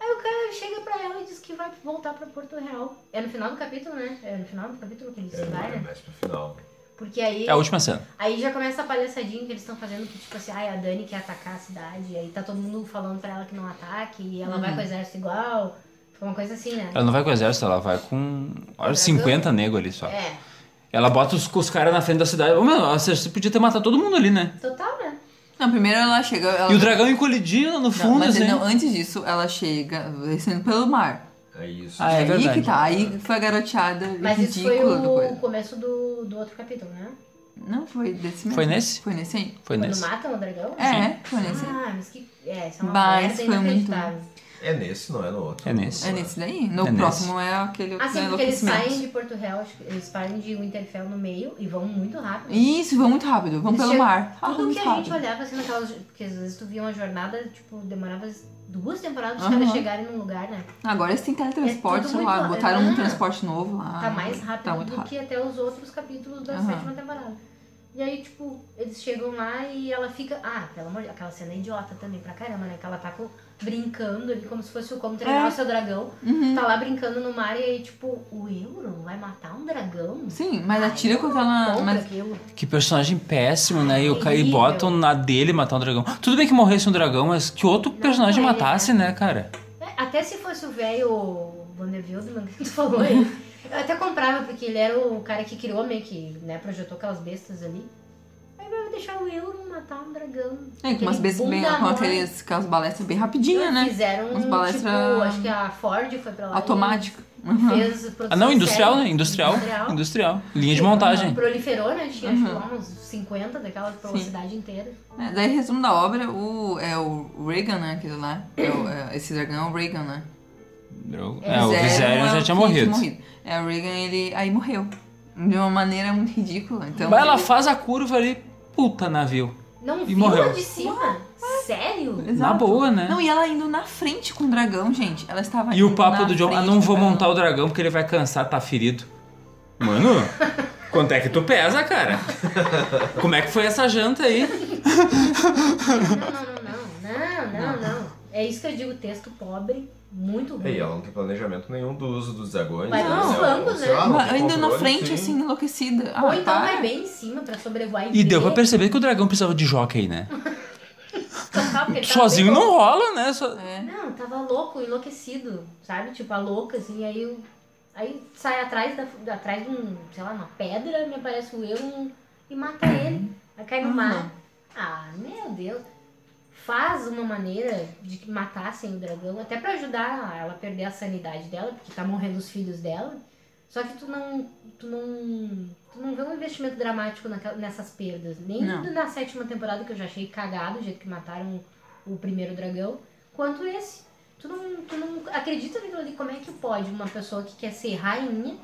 Aí o cara chega pra ela e diz que vai voltar pra Porto Real. É no final do capítulo, né? É no final do capítulo que ele diz
É,
que vai,
é
né?
mais pro final.
Porque aí...
É a última cena.
Aí já começa a palhaçadinha que eles estão fazendo, que tipo assim, ai, a Dani quer atacar a cidade, aí tá todo mundo falando pra ela que não ataque, e ela vai com o exército igual, foi uma coisa assim, né?
Uhum. Ela não vai com o exército, ela vai com. Olha, 50 negros ali só.
É,
Ela bota os, os caras na frente da cidade. Ô, meu, você você podia ter matado todo mundo ali, né?
total, né?
Não, primeiro ela chega. Ela...
E o dragão encolhidinho no
Não,
fundo,
mas
assim.
não, antes disso, ela chega descendo pelo mar.
É isso.
Ah, é
Aí que
verdade.
tá, aí foi a garoteada
Mas isso foi
ridícula do
o
coisa.
começo do, do outro capítulo, né?
Não, foi desse mesmo.
Foi nesse?
Foi nesse aí.
Foi
Quando
nesse.
matam o dragão?
É, foi nesse aí.
Ah, mas que. É, isso é uma
Bah,
merda
isso foi muito-
inacreditável.
É nesse, não é no outro.
É nesse.
É nesse daí? No
É nesse.
próximo é aquele outro
Assim,
né,
porque eles
enlouquecimento.
saem de Porto Real, acho que eles param de Winterfell no meio e vão muito rápido.
Isso, vão muito rápido, vão
Eles
pelo
chegam-
mar. Ah,
Tudo
muito
que a
rápido.
gente olhava assim naquelas. Porque às vezes tu via uma jornada, tipo, demorava duas temporadas pra
Aham.
caras chegarem num lugar, né?
Agora eles têm teletransporte,
É tudo
sei lá,
muito-
botaram um
Ah.
transporte novo lá.
tá mais rápido
Tá muito
do
rápido.
que até os outros capítulos da
Aham.
sétima temporada. E aí, tipo, eles chegam lá e ela fica. Ah, pelo amor de Deus, aquela cena é idiota também pra caramba, né? Que ela tá co- brincando ali como se fosse o como treinar
É. Uhum.
o seu dragão. Tá lá brincando no mar e aí, tipo, o Euron vai matar um dragão?
Sim, mas
Ah,
atira
eu
com
não
aquela.
compro
Mas
aquilo.
Que personagem péssimo, né? E, o ca- e
Terrível.
botam na dele matar um dragão. Tudo bem que morresse um dragão, mas que outro personagem
não é,
matasse, né, cara?
É, Até se fosse o velho Vanderbilt, que tu falou aí. Eu até comprava, porque ele era o cara que criou meio que, né, projetou aquelas bestas ali. Aí vai deixar o Euron matar um dragão.
É, com umas
Aquele
bestas bem.
bunda
Com
mole.
aquelas, aquelas balestras bem rapidinhas, né?
Fizeram,
Umas
tipo,
balestras
acho que a Ford foi pra lá.
automática.
e
Uhum.
Fez produção
Ah, não, industrial,
séria.
né? Industrial. Industrial. Linha de montagem.
Proliferou, né? Tinha,
Uhum.
acho que lá uns 50 daquelas pela cidade inteira.
É, daí, resumo da obra, o, é o Reagan, né? Aquele lá. É o- é- esse dragão é o Reagan, né?
Droga. É, o
Zero
Viserion
é o
já
que
tinha morrido.
É, o Reagan, ele aí morreu. De uma maneira muito ridícula. Então,
Mas ela
ele-
faz a curva ali, puta navio.
Não
E
viu
morreu.
lá de cima? Sério?
Na
Exato.
boa, né?
Não, e ela indo na frente com o dragão, gente. Ela estava
E o
indo
papo
na
do John, ah,
frente
não
com
vou
dragão.
montar o dragão porque ele vai cansar, tá ferido. Mano,
Quanto é que tu pesa, cara? Como é que foi essa janta aí?
Não, não, não, não, não. É isso que eu digo, texto pobre, muito
E aí,
ruim.
ela não tem planejamento nenhum do uso dos dragões.
Vai
né?
nos
Ela-
flancos,
sei lá,
né?
não
Mas
tem
ainda na
controle,
frente,
sim.
assim, enlouquecida. Ah,
Ou então
para.
vai bem em cima pra sobrevoar
E
ver,
deu pra perceber que o dragão precisava de jockey, né?
tocar, porque ele tava
Sozinho
bem
não rola, né? Só-
Não, tava louco, enlouquecido, sabe? Tipo, a louca, assim, aí, eu- aí sai atrás, da, atrás de um, sei lá, uma pedra, me aparece o eu um- e mata ele. Aí cai no
Uhum.
mar. Ah, meu Deus. Faz uma maneira de que matassem o dragão, até pra ajudar ela a perder a sanidade dela, porque tá morrendo os filhos dela. Só que tu não. Tu não. Tu não vê um investimento dramático naquela- nessas perdas. Nem
Não.
na sétima temporada, que eu já achei cagado, o jeito que mataram o primeiro dragão, quanto esse. Tu não, tu não acredita naquilo ali, como é que pode uma pessoa que quer ser rainha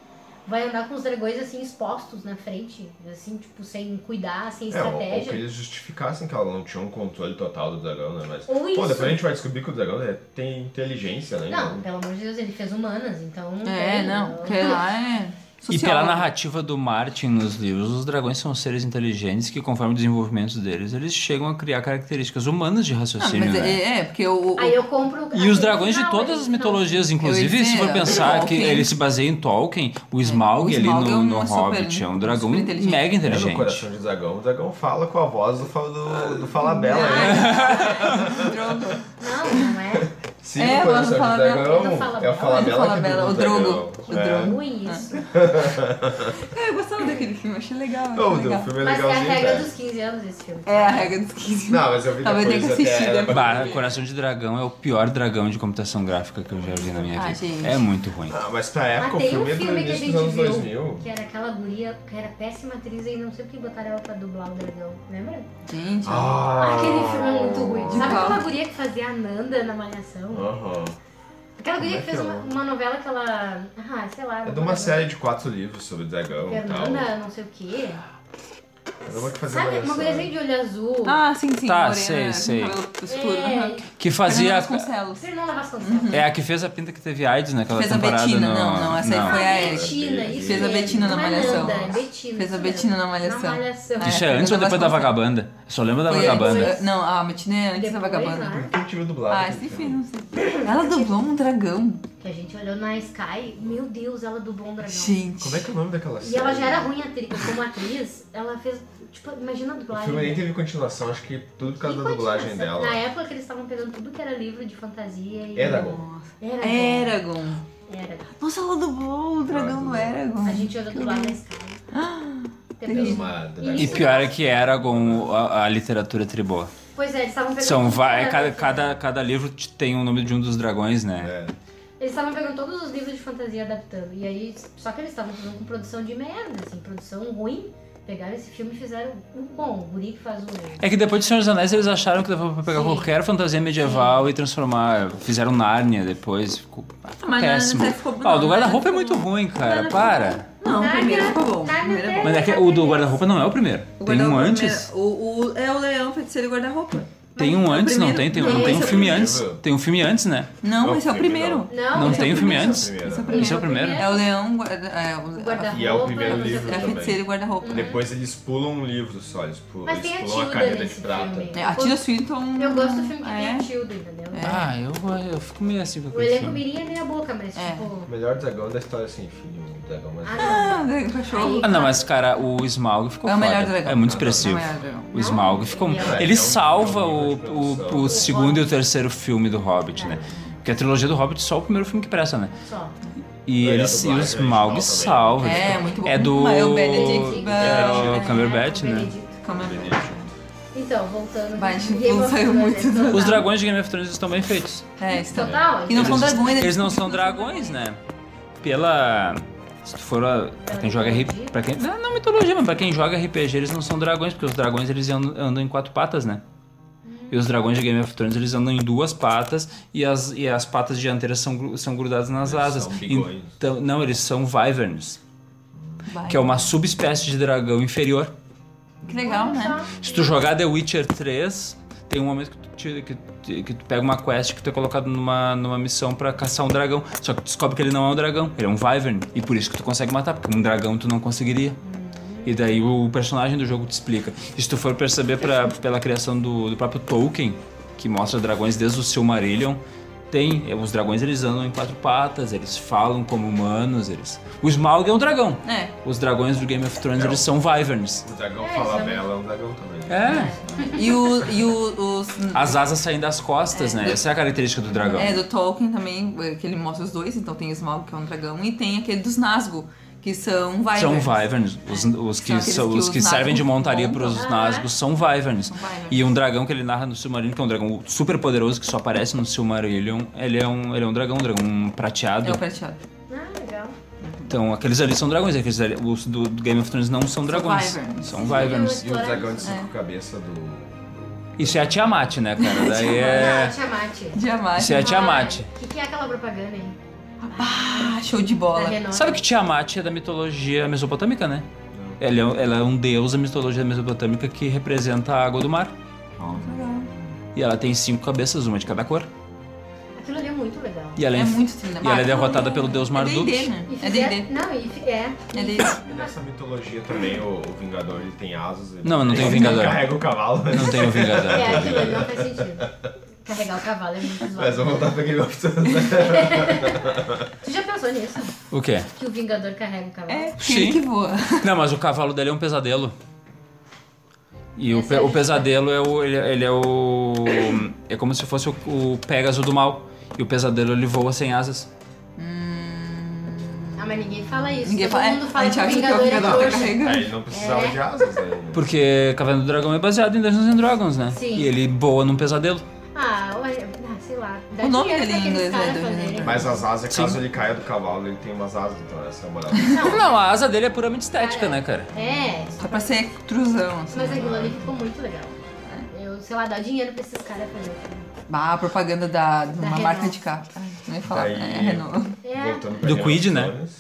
vai andar com os dragões assim expostos na frente, assim, tipo, sem cuidar, sem
É, ou, ou que
estratégia.
eles justificassem que ela não tinha um controle total do dragão, né? Mas.
Ou
Pô,
isso.
depois a gente vai descobrir que o dragão né, tem inteligência, né?
Não, pelo amor de Deus, ele fez humanas, então. não
É,
tem,
não. Porque
Uhum.
lá é.
E
social.
pela narrativa do Martin nos livros, os dragões são seres inteligentes que, conforme o desenvolvimento deles, eles chegam a criar características humanas de
Não,
raciocínio,
mas
né?
é, é, porque o. o-
Aí eu compro. Ah,
E os dragões de todas as mitologias, inclusive,
ia
se for
dizer,
pensar que
Tolkien.
ele se baseia em Tolkien, o Smaug
o
ali
Smaug é
no,
um
no
super-
Hobbit é um dragão
super inteligente.
mega
É no
inteligente.
coração de dragão. O dragão fala com a voz do, fa- do, do
Ah,
Falabella, né?
Drogo.
Não, não é.
Sim,
É,
o coração
mas o
de
Falabella-
dragão.
é do Falabella.
É o Falabella,
É do
que
Falabella,
do
o Drogo.
dragão.
O
É.
Drogo.
Ruim isso.
É, eu gostava daquele filme, achei legal. achei
Não,
legal.
o filme é
Mas é a
legalzinho.
regra
cara.
dos 15 anos esse filme.
É a regra dos 15.
Não, mas eu vi
Talvez tenha que
depois
assistir
até.
depois.
Bah, Coração de Dragão é o pior dragão de computação gráfica que eu já vi na minha
Ah,
vida.
gente.
É muito ruim.
Ah, mas pra época
Mas
o
tem um
filme é do
filme que a
início
gente
dos anos
viu,
2000.
que é- era aquela guria que era péssima atriz e não sei porque botaram ela pra dublar o dragão, lembra?
Gente,
Ah,
Aquele filme é muito ruim. Sabe
qual?
aquela guria que fazia a Nanda na Malhação?
Aham.
Aquela guria que
Ah, Como é
fez
que
uma,
é o
uma novela que ela. Ah, sei lá.
É
não
de uma
lembro.
série então. de quatro livros sobre dragão
é
e tal.
Fernanda, não sei o quê.
Ah, Mas eu vou te fazer
Sabe, uma assim
avaliação.
guriazinha de olho azul.
Ah, sim, sim.
Tá,
morena,
sei,
com
sei.
cabelo escuro.
É.
aham.
Que fazia.
Fernanda Vasconcelos.
Fernanda Vasconcelos.
Uhum.
É a que fez a pinta que teve AIDS naquela
Fez a
temporada.
Betina,
no-
não, não, essa aí
não.
foi a
é
Erika.
Betina, isso
Fez a
mesmo.
Betina na
Não é
Malhação.
Nanda, é Betina,
Fez a
isso mesmo.
Betina na Malhação.
Na Malhação.
Ah,
Isso é
É,
antes ou depois
Fernanda
da
Vasconcelos.
Vagabanda? Eu só lembro da
Foi
Vagabanda.
antes- Não, a Matina é antes da
Depois, né?
Vagabanda.
Por que eu tive dublado?
Ah, esse filme, não sei. Ela dublou um dragão.
Que a gente olhou na Sky, meu Deus, ela dublou um dragão.
Gente.
Como é que é o nome daquela série?
E ela já era ruim atri- como atriz, ela fez, tipo, imagina a
O
dublagem.
filme nem
né? Ah,
teve continuação, acho que tudo por
E
causa da
continua,
dublagem
sabe?
dela. É
Na época que eles estavam pegando tudo que era livro de fantasia e...
Eragon.
Era.
é?
Era.
Eragon.
Era.
Nossa, ela dublou o dragão do Eragon.
A gente olhou do lado na Sky.
Era
Depois...
uma dragão.
E pior é que Eragon, a, a literatura triboa.
Pois é, eles estavam pegando...
São
tudo que
vai,
era
cada,
livro.
cada, cada livro te- tem o nome de um dos dragões, né?
É.
Eles estavam pegando todos os livros de fantasia e adaptando. E aí, só que eles estavam fazendo com produção de merda, assim, produção ruim. Pegaram esse filme e fizeram um bom. O guri que faz o...
É que depois de Senhor dos Anéis eles acharam que dava pra pegar qualquer fantasia medieval e transformar. Fizeram Nárnia depois. Ficou
Tá, Mas
péssimo.
Nárnia ficou-
Ah, o do
não,
guarda-roupa é
Nárnia
muito
ficou- é
ruim, cara.
Nárnia
Para.
Não, o primeiro
Nada,
ficou bom. O
nada
primeiro é bom.
Mas é que o do guarda-roupa não é o primeiro. Tem um
Guarda-roupa
antes.
primeiro. O, o- é o leão, feiticeiro e guarda-roupa.
Tem
Mas
um
é o
antes, não tem?
primeiro.
Tem, não, tem um
esse é o
filme
primeiro.
antes. Tem um filme antes, né?
primeiro. Não,
Não,
esse é o
primeiro
primeiro.
Não,
Não
esse é
tem
o
o filme
primeiro.
antes?
Primeiro.
Esse é o primeiro?
É o leão, guarda- é o,
O guarda-roupa.
E é o primeiro
não sei o
livro
quê.
é a feiticeira e guarda-roupa.
Depois eles pulam um livro só, eles pulam,
Mas
eles
tem a
pulam a
Tilda
caneta de
nesse
prata.
filme.
É, a Tilda Swinton.
Eu gosto do filme que tem
é.
a Tilda, entendeu?
Ah, eu, eu fico meio assim com
O
aquele
elenco
filme.
mirim é meia boca, mas tipo...
O melhor dragão da história sem fim, o dragão mais.
Ah,
velho.
não. tá,
Ah, o cachorro.
Ah, não, mas cara, o Smaug ficou
É o
foda.
melhor dragão.
É muito
É o
expressivo.
melhor dragão.
O Smaug ficou.
Não.
Ele
É,
salva
é um
o,
nível de
o,
produção.
o segundo e o terceiro filme do Hobbit, né? Porque a trilogia do Hobbit é só o primeiro filme que presta, né?
Só.
E,
É,
ele,
a
e o
dublagem
Smaug
original
salva.
também.
ele
É,
fica-
muito bom.
É do.
Mas é o Benedict
É
Cumberbatch.
o Cumberbatch,
É, o
né?
Benedito.
Como
Então, voltando...
Vai, a gente
Game
não
of
saiu
Thrones, Então,
muito
né?
do-
Os dragões de Game of Thrones estão bem feitos.
é? É, isso também.
Total.
E não são dragões. né?
Eles não são dragões, né? Pela. Se tu for a, pra quem joga RPG. Pra quem, não, não mitologia, mas pra quem joga RPG, eles não são dragões, porque os dragões eles andam, andam em quatro patas, né? E os dragões de Game of Thrones eles andam em duas patas e as, e as patas dianteiras são, gru- são grudadas nas asas.
são bigorna.
então, não, eles são wyverns,
Vai.
que é uma subespécie de dragão inferior.
Que legal, né?
Se tu jogar The Witcher 3, tem um momento que tu, tira- que, tu- que tu pega uma quest que tu é colocado numa, numa missão pra caçar um dragão. Só que tu descobre que ele não é um dragão, ele é um Wyvern. E por isso que tu consegue matar, porque um dragão tu não conseguiria. E daí o personagem do jogo te explica. E se tu for perceber pra- pela criação do, do próprio Tolkien, que mostra dragões desde o Silmarillion, tem. eh, Os dragões eles andam em quatro patas, eles falam como humanos, eles. O Smaug é um dragão.
É.
Os dragões do Game of Thrones eles são Wyverns.
O dragão fala bela, é um dragão também.
É.
E, o, e o, os.
As asas saem das costas, né? Essa é a característica do dragão.
É, do Tolkien também, eh, que ele mostra os dois, então tem o Smaug, que é um dragão, e tem aquele dos Nazgûl, que são Vipers.
São Wyverns. Os, os que,
São aqueles
são,
que
os que
os
servem de
Nazgûl
montaria para
montam.
os Nazgûl são Wyverns.
Wyverns.
E um dragão que ele narra no Silmarillion, que é um dragão super poderoso que só aparece no Silmarillion, ele é um, ele é um dragão, um dragão prateado.
É o prateado.
Ah, legal.
Então aqueles ali são dragões, aqueles ali, os do do Game of Thrones não são dragões.
Wyverns.
São Wyverns.
E o dragão
assim,
de
é.
cinco cabeças do.
Isso é a Tiamat, né, cara? Daí
Ah,
é.
Tiamat. Tiamat.
Diamante.
Isso é a Tiamat.
O que, que é aquela propaganda aí?
Ah, show de
Da
bola.
Renova?
Sabe que Tiamat é da mitologia mesopotâmica, né? Ela é, um- ela é um deus da mitologia mesopotâmica que representa a água do mar. E ela tem cinco cabeças, uma de cada cor.
Aquilo ali é muito legal.
E ela é,
É muito trilha.
e ela é derrotada pelo deus Marduk.
É D&D, né? É
fizer-
D&D.
Não, e fi- é.
É D&D.
E nessa mitologia também, o, o Vingador ele tem asas. Ele
Não, não tem o
ele
Vingador.
carrega o cavalo. né?
Não tem o Vingador.
É, aquilo ali não faz sentido. Carregar o cavalo é muito
Mas
zoado.
vou voltar pra Game of Thrones.
Tu já pensou nisso?
O quê?
Que o Vingador carrega o cavalo?
É,
Sim.
aquele que voa.
Não, mas o cavalo dele é um pesadelo. E o,
Essa
pe-
é a
o
gente-
pesadelo é o. Ele, ele é o. É como se fosse o, o Pegasus do mal. E o pesadelo ele voa sem asas.
Ah, mas ninguém fala isso.
Ninguém
Todo
fala-
mundo
é,
fala
a gente
que o
acha que é o
Vingador é
Vingador que
coxa.
carrega.
Aí ele não precisava
É.
de asas, né?
Porque Caverna do Dragão é baseado em Dungeons and Dragons, né?
Sim.
E ele voa num pesadelo.
Ah, olha, ah, sei lá. Dá
O nome dele
dinheiro
em
pra aqueles
inglês é
caras
do
fazerem.
Vingador.
Mas as asas,
Sim.
caso ele caia do cavalo, ele tem umas asas, então essa é a moral.
Não, a asa dele é puramente estética,
Cara,
né, cara?
É, só
Só pra ser truzão, assim.
Mas é aquilo ali ficou muito legal.
É?
Eu, sei lá, dá dinheiro pra esses caras fazer.
Bah, a propaganda da, de uma
Renault.
marca de carro. Ai, não ia falar.
Daí-
É, Renault.
É,
Voltando pra
Do
Game
Quid,
of
né?
Thrones.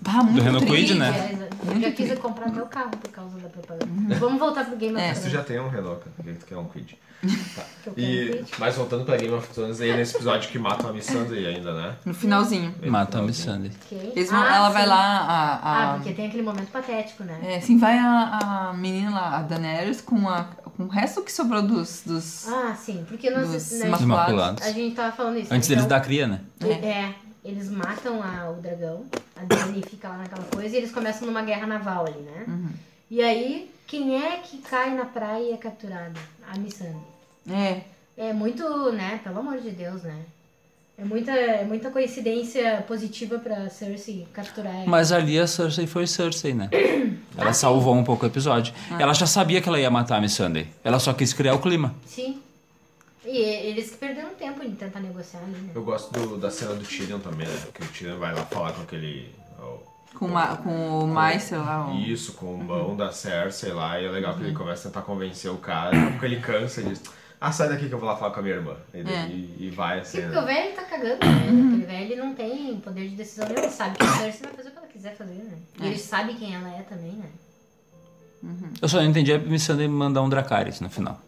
Bah, muito
Renault
tri,
Kwid, né?
cara.
eu já quis comprar até o carro por causa da propaganda. Vamos voltar pro Game of
É,
Mas tu
Thrones.
já tem um Renault, cara. Por que que tu quer um Quid? Tá.
que eu quero um
E,
Quid.
mas voltando pra Game of Thrones, aí nesse episódio que matam a Miss Sunday ainda, né?
No finalzinho.
Mata a Miss Sunday.
Ok.
Eles vão-
Ah,
ela
sim.
vai lá, a. a-
Ah, porque tem aquele momento patético, né?
É, sim, vai a, a menina lá, a Daenerys, com, a, com o resto que sobrou dos. dos
Ah, sim, porque nós,
Dos
né,
ma-
Imaculados.
a gente tava falando isso.
Antes
então,
deles dar cria, né?
e- É, eles matam a- o dragão, a Dani fica lá naquela coisa e eles começam numa guerra naval ali, né? E aí, quem é que cai na praia e é capturado? A Missandei.
é,
É muito, né? Pelo amor de Deus, né? É muita, é muita coincidência positiva pra Cersei capturar ela.
Mas ali a Cersei foi Cersei, né? Ela
Assim.
salvou um pouco o episódio.
Ah.
Ela já sabia que ela ia matar a Miss Sunday. Ela só quis criar o clima.
Sim. E e- eles que perderam tempo de tentar negociar ali, né?
Eu gosto do- da cena do Tyrion também, né? Que o Tyrion vai lá falar com aquele. ó,
com, uma, com o Meister lá. um- o-
Isso, com o mão da Cersei lá, e é legal que ele começa a tentar convencer o cara, porque ele cansa e diz, ah, sai daqui que eu vou lá falar com a minha irmã. E, daí-
É.
e- e vai assim,
Sim, porque o
né?
velho tá cagando, né? Aquele velho ele não tem poder de decisão nenhum. Ele sabe que a Cersei vai fazer o que ela quiser fazer, né? E ele sabe quem ela é também, né?
Eu só não entendi a Miss Sunday mandar um Dracarys no final.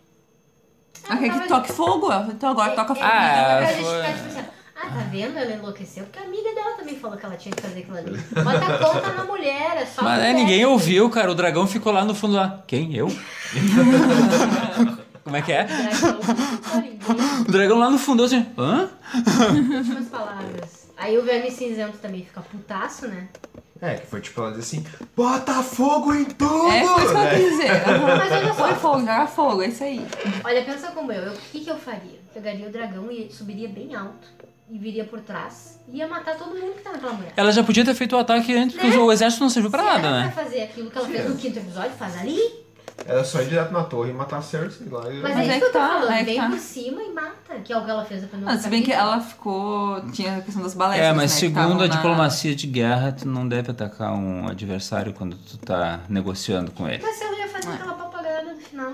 Ah, quer que toque fogo? Então agora
É,
toca fogo.
Ah,
Ela vai
foi-
justificar, tipo assim, ah, tá vendo? Ela enlouqueceu porque a amiga dela também falou que ela tinha que fazer aquilo ali. Bota a conta na mulher, é só.
Mas é,
mulher.
ninguém ouviu, cara. O dragão ficou lá no fundo lá. Quem? Eu? Como é que é?
Dragão, ninguém.
O dragão lá no fundo assim. Hã?
últimas palavras. Aí o verme cinzento também fica putaço, né?
É, que foi tipo ela diz assim, bota fogo em tudo!
É, foi isso que eu
né?
quis dizer.
É.
Mas olha só.
Foi fogo, joga fogo, é isso aí.
Olha, pensa como eu. eu- O que, que eu faria? Pegaria o dragão e subiria bem alto. E viria por trás. E ia matar todo mundo que tá naquela mulher.
Ela já podia ter feito o ataque antes, porque o exército não serviu pra
Se
nada,
Né? ela
né?
vai fazer aquilo que ela fez no quinto episódio, faz ali.
Era só ir direto na torre e matar a Cersei lá. e-
Mas,
Mas
é
aí
isso que eu
que
tô
tá,
falando.
aí que
Vem
tá.
por cima e mata. Que é o que ela fez no
Ah,
primeiro
se bem que
capítulo.
ela ficou. Tinha a questão das balestas.
É, mas
né, que
segundo
estavam
a
na-
diplomacia de guerra, tu não deve atacar um adversário quando tu tá negociando com ele.
Mas se ela ia
Ah.
fazer aquela papagada no final.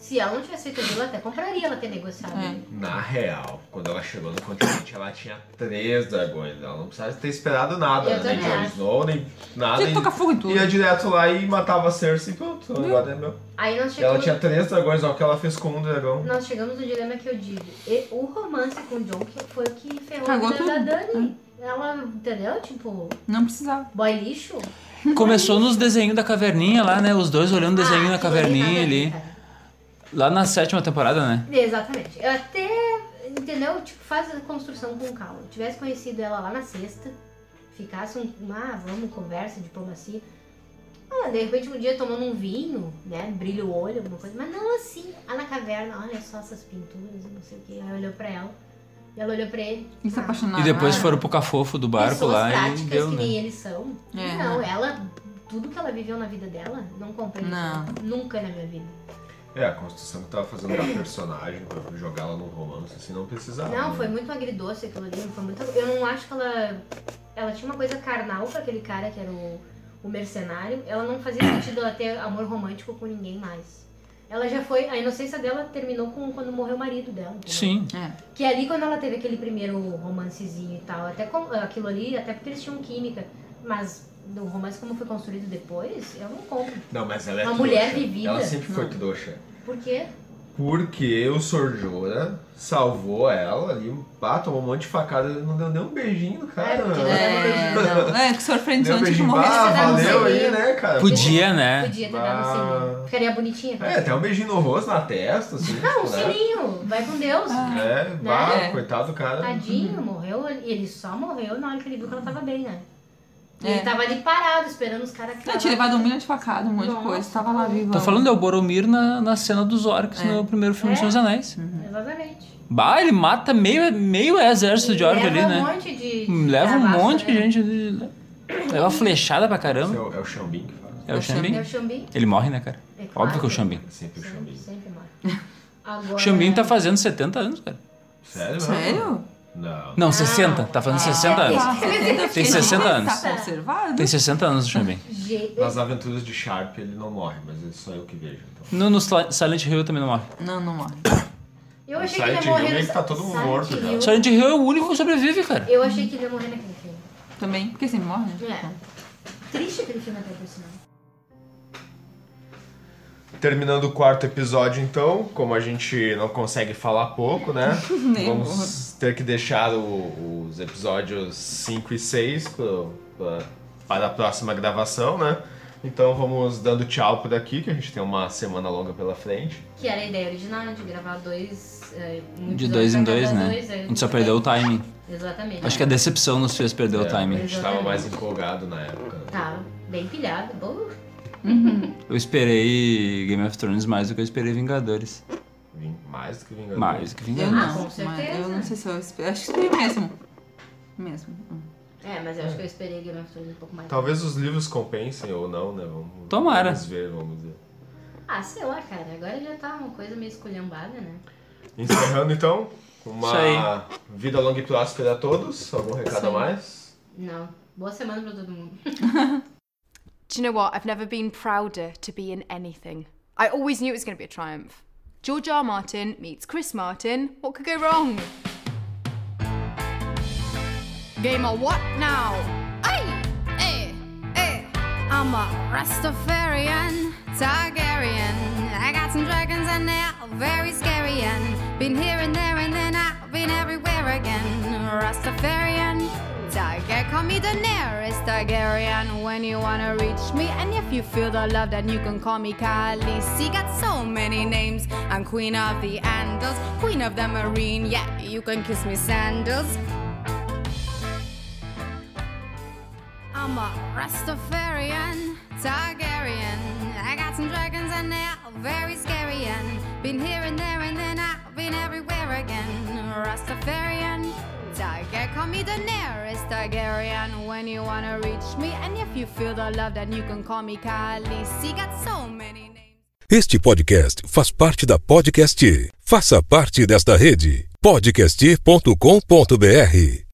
Se ela não tivesse feito aquilo, eu até compraria ela ter negociado.
É.
Na real, quando ela chegou no continente, ela tinha três dragões. Ela não precisava ter esperado nada,
Eu
né? nem
também
Jon
acho.
Snow, nem nada.
Tinha que
e-
tocar fogo em tudo.
Ia direto lá e matava a Cersei e pronto. Agora é meu.
Aí nós
Ela
chegamos,
tinha três dragões, olha o que ela fez com um dragão.
nós chegamos no dilema que eu digo. E o romance com o John que foi o que ferrou
Cagou
a vida da Dani. Ela, entendeu? Tipo,
Não precisava.
boy lixo.
Começou nos desenhos da caverninha lá, né? Os dois olhando o desenho
Ah, né?
da
aquilo ali nada
caverninha
a ver,
ali.
cara.
Lá na sétima temporada, né?
Exatamente. Eu até, entendeu? Tipo, faz a construção com calma. Eu tivesse conhecido ela lá na sexta, ficasse um, ah, vamos, conversa, diplomacia. Ah, de repente um dia tomando um vinho, né? Brilha o olho, alguma coisa. Mas não assim, lá na caverna, olha só essas pinturas, não sei o que. Aí olhou pra ela. E ela olhou pra ele.
E se né?
ah,
apaixonar.
E depois foram pro cafofo do barco
pessoas
lá
práticas
e deu,
que
né?
nem eles são.
É,
não,
não.
ela, tudo que ela viveu na vida dela, não comprei.
Não.
Nunca na minha vida.
É, a construção que tava fazendo da personagem pra jogá-la num romance, assim, não precisava.
Não,
né?
foi muito agridoce aquilo ali, foi muito... Eu não acho que ela... Ela tinha uma coisa carnal com aquele cara que era o, o mercenário. Ela não fazia sentido ela ter amor romântico com ninguém mais. Ela já foi... A inocência dela terminou com quando morreu o marido dela. entendeu?
Sim.
É.
Que ali, quando ela teve aquele primeiro romancezinho e tal, até com- aquilo ali, até porque eles tinham química, mas... O romance como foi construído depois, eu não compro.
Não, mas ela é
Uma
trouxa.
mulher vivida.
Ela sempre foi
Não.
trouxa.
Por quê?
Porque o Sorjora salvou ela ali, pá, tomou um monte de facada, não deu nem um beijinho no cara.
É, porque
mano.
ela-
É, não. É, que o senhor
Deu um
antes de
beijinho,
morrer.
bah,
você dá no
valeu aí,
selinho.
né, cara?
Podia, né?
Podia ter dado um sininho. Ficaria bonitinha.
É, até um beijinho no rosto, na testa, assim.
Não, um
tipo, né?
sininho. Vai com Deus.
É, bah,
É.
coitado do cara.
Tadinho,
Uhum.
morreu. e Ele só morreu na hora que ele viu que ela tava bem, né? E
É.
Ele tava ali parado, esperando os caras que
Não, tinha levado um milhão de facada, um monte de coisa. Tava lá vivo.
Tô falando é o Boromir na, na cena dos orcs
É.
no primeiro filme de Senhor dos Anéis.
Hum. Exatamente.
Bah, ele mata meio, meio exército Um de orc
Leva
ali,
um
né?
monte de. de
Leva um
travaço,
monte de
né?
gente. Leva flechada pra
Esse
caramba.
É o, é o Xambin que fala.
É o
É
Xambin.
o Xambim?
Ele morre, né, cara?
É claro.
Óbvio que é o Xambin.
É sempre o
Sempre,
Xambin.
sempre morre. Agora.
O Xambin tá fazendo 70 anos, cara.
Sério?
Sério?
Não.
Não, 60. Tá fazendo 60
é.
anos. Tem 60 anos.
Tá conservado?
Tem 60 anos o Xambin.
Ge-
Nas aventuras de Sharp ele não morre, mas é só eu que vejo. Então.
No, no Sla- Silent Hill também não morre.
Não, não morre.
Eu achei
Silent
que ele ia
Hill
morrer.
meio
no-
que tá todo mundo
Silent
morto já.
Hill.
Silent Hill é o único que sobrevive, cara.
Eu achei que ele ia morrer naquele filme.
Também, porque sempre morre, né?
Tá.
É. Triste aquele filme até por sinal.
Terminando o quarto episódio, então, como a gente não consegue falar pouco, né?
Nem
vamos ter que deixar o- os episódios 5 e 6 pro- pra- para a próxima gravação, né? Então vamos dando tchau por aqui, que a gente tem uma semana longa pela frente.
Que era a ideia original né, de gravar dois. eh, um
De
episódio
dois em
pra
dois,
cada
né?
dois, aí
A gente só perdeu o timing.
Exatamente.
Acho que é a decepção nos fez perder o
A
timing.
gente estava mais empolgado na época. né?
Tá, bem pilhado. Boa.
Eu esperei Game of Thrones mais do que eu esperei Vingadores.
Vim- Mais do que Vingadores.
Mais do que
Eu
Vingadores.
Ah,
não.
com certeza.
mas Eu não sei se eu espero. Acho que tem mesmo. Mesmo. Hum.
É, mas eu acho que eu esperei Game of Thrones um pouco mais.
Talvez os livros compensem ou não, né? Vamos,
Tomara.
Vamos ver, vamos ver.
Ah, sei lá, cara. Agora já tá uma coisa meio esculhambada, né?
Encerrando então,
Isso
uma
aí.
vida longa e próspera a todos. Algum recado a mais?
Não. Boa semana pra todo mundo.
Do you know what? I've never been prouder to be in anything. I always knew it was going to be a triumph. George R. R. Martin meets Chris Martin. What could go wrong? Game of what now? Aye! Eh! Eh! I'm a Rastafarian, Targaryen. I got some dragons and they're very scary. And been here and there and then I've been everywhere again. Rastafarian, Targaryen. Call me the nearest Targaryen when you wanna reach me. And if you feel the love, then you can call me Khaleesi. Got so many names. I'm Queen of the Andals, Queen of the Marine. Yeah, you can kiss me sandals. I'm a Rastafarian, Targaryen. I got some dragons and they're very scary. And been here and there and then I've been everywhere again. Rastafarian, Targaryen. Call me the nearest Targaryen when you wanna reach me. And if you feel the love, then you can call me Khaleesi. Got so many names.
Este podcast faz parte da Podcast. E. Faça parte desta rede. podcast.com.br.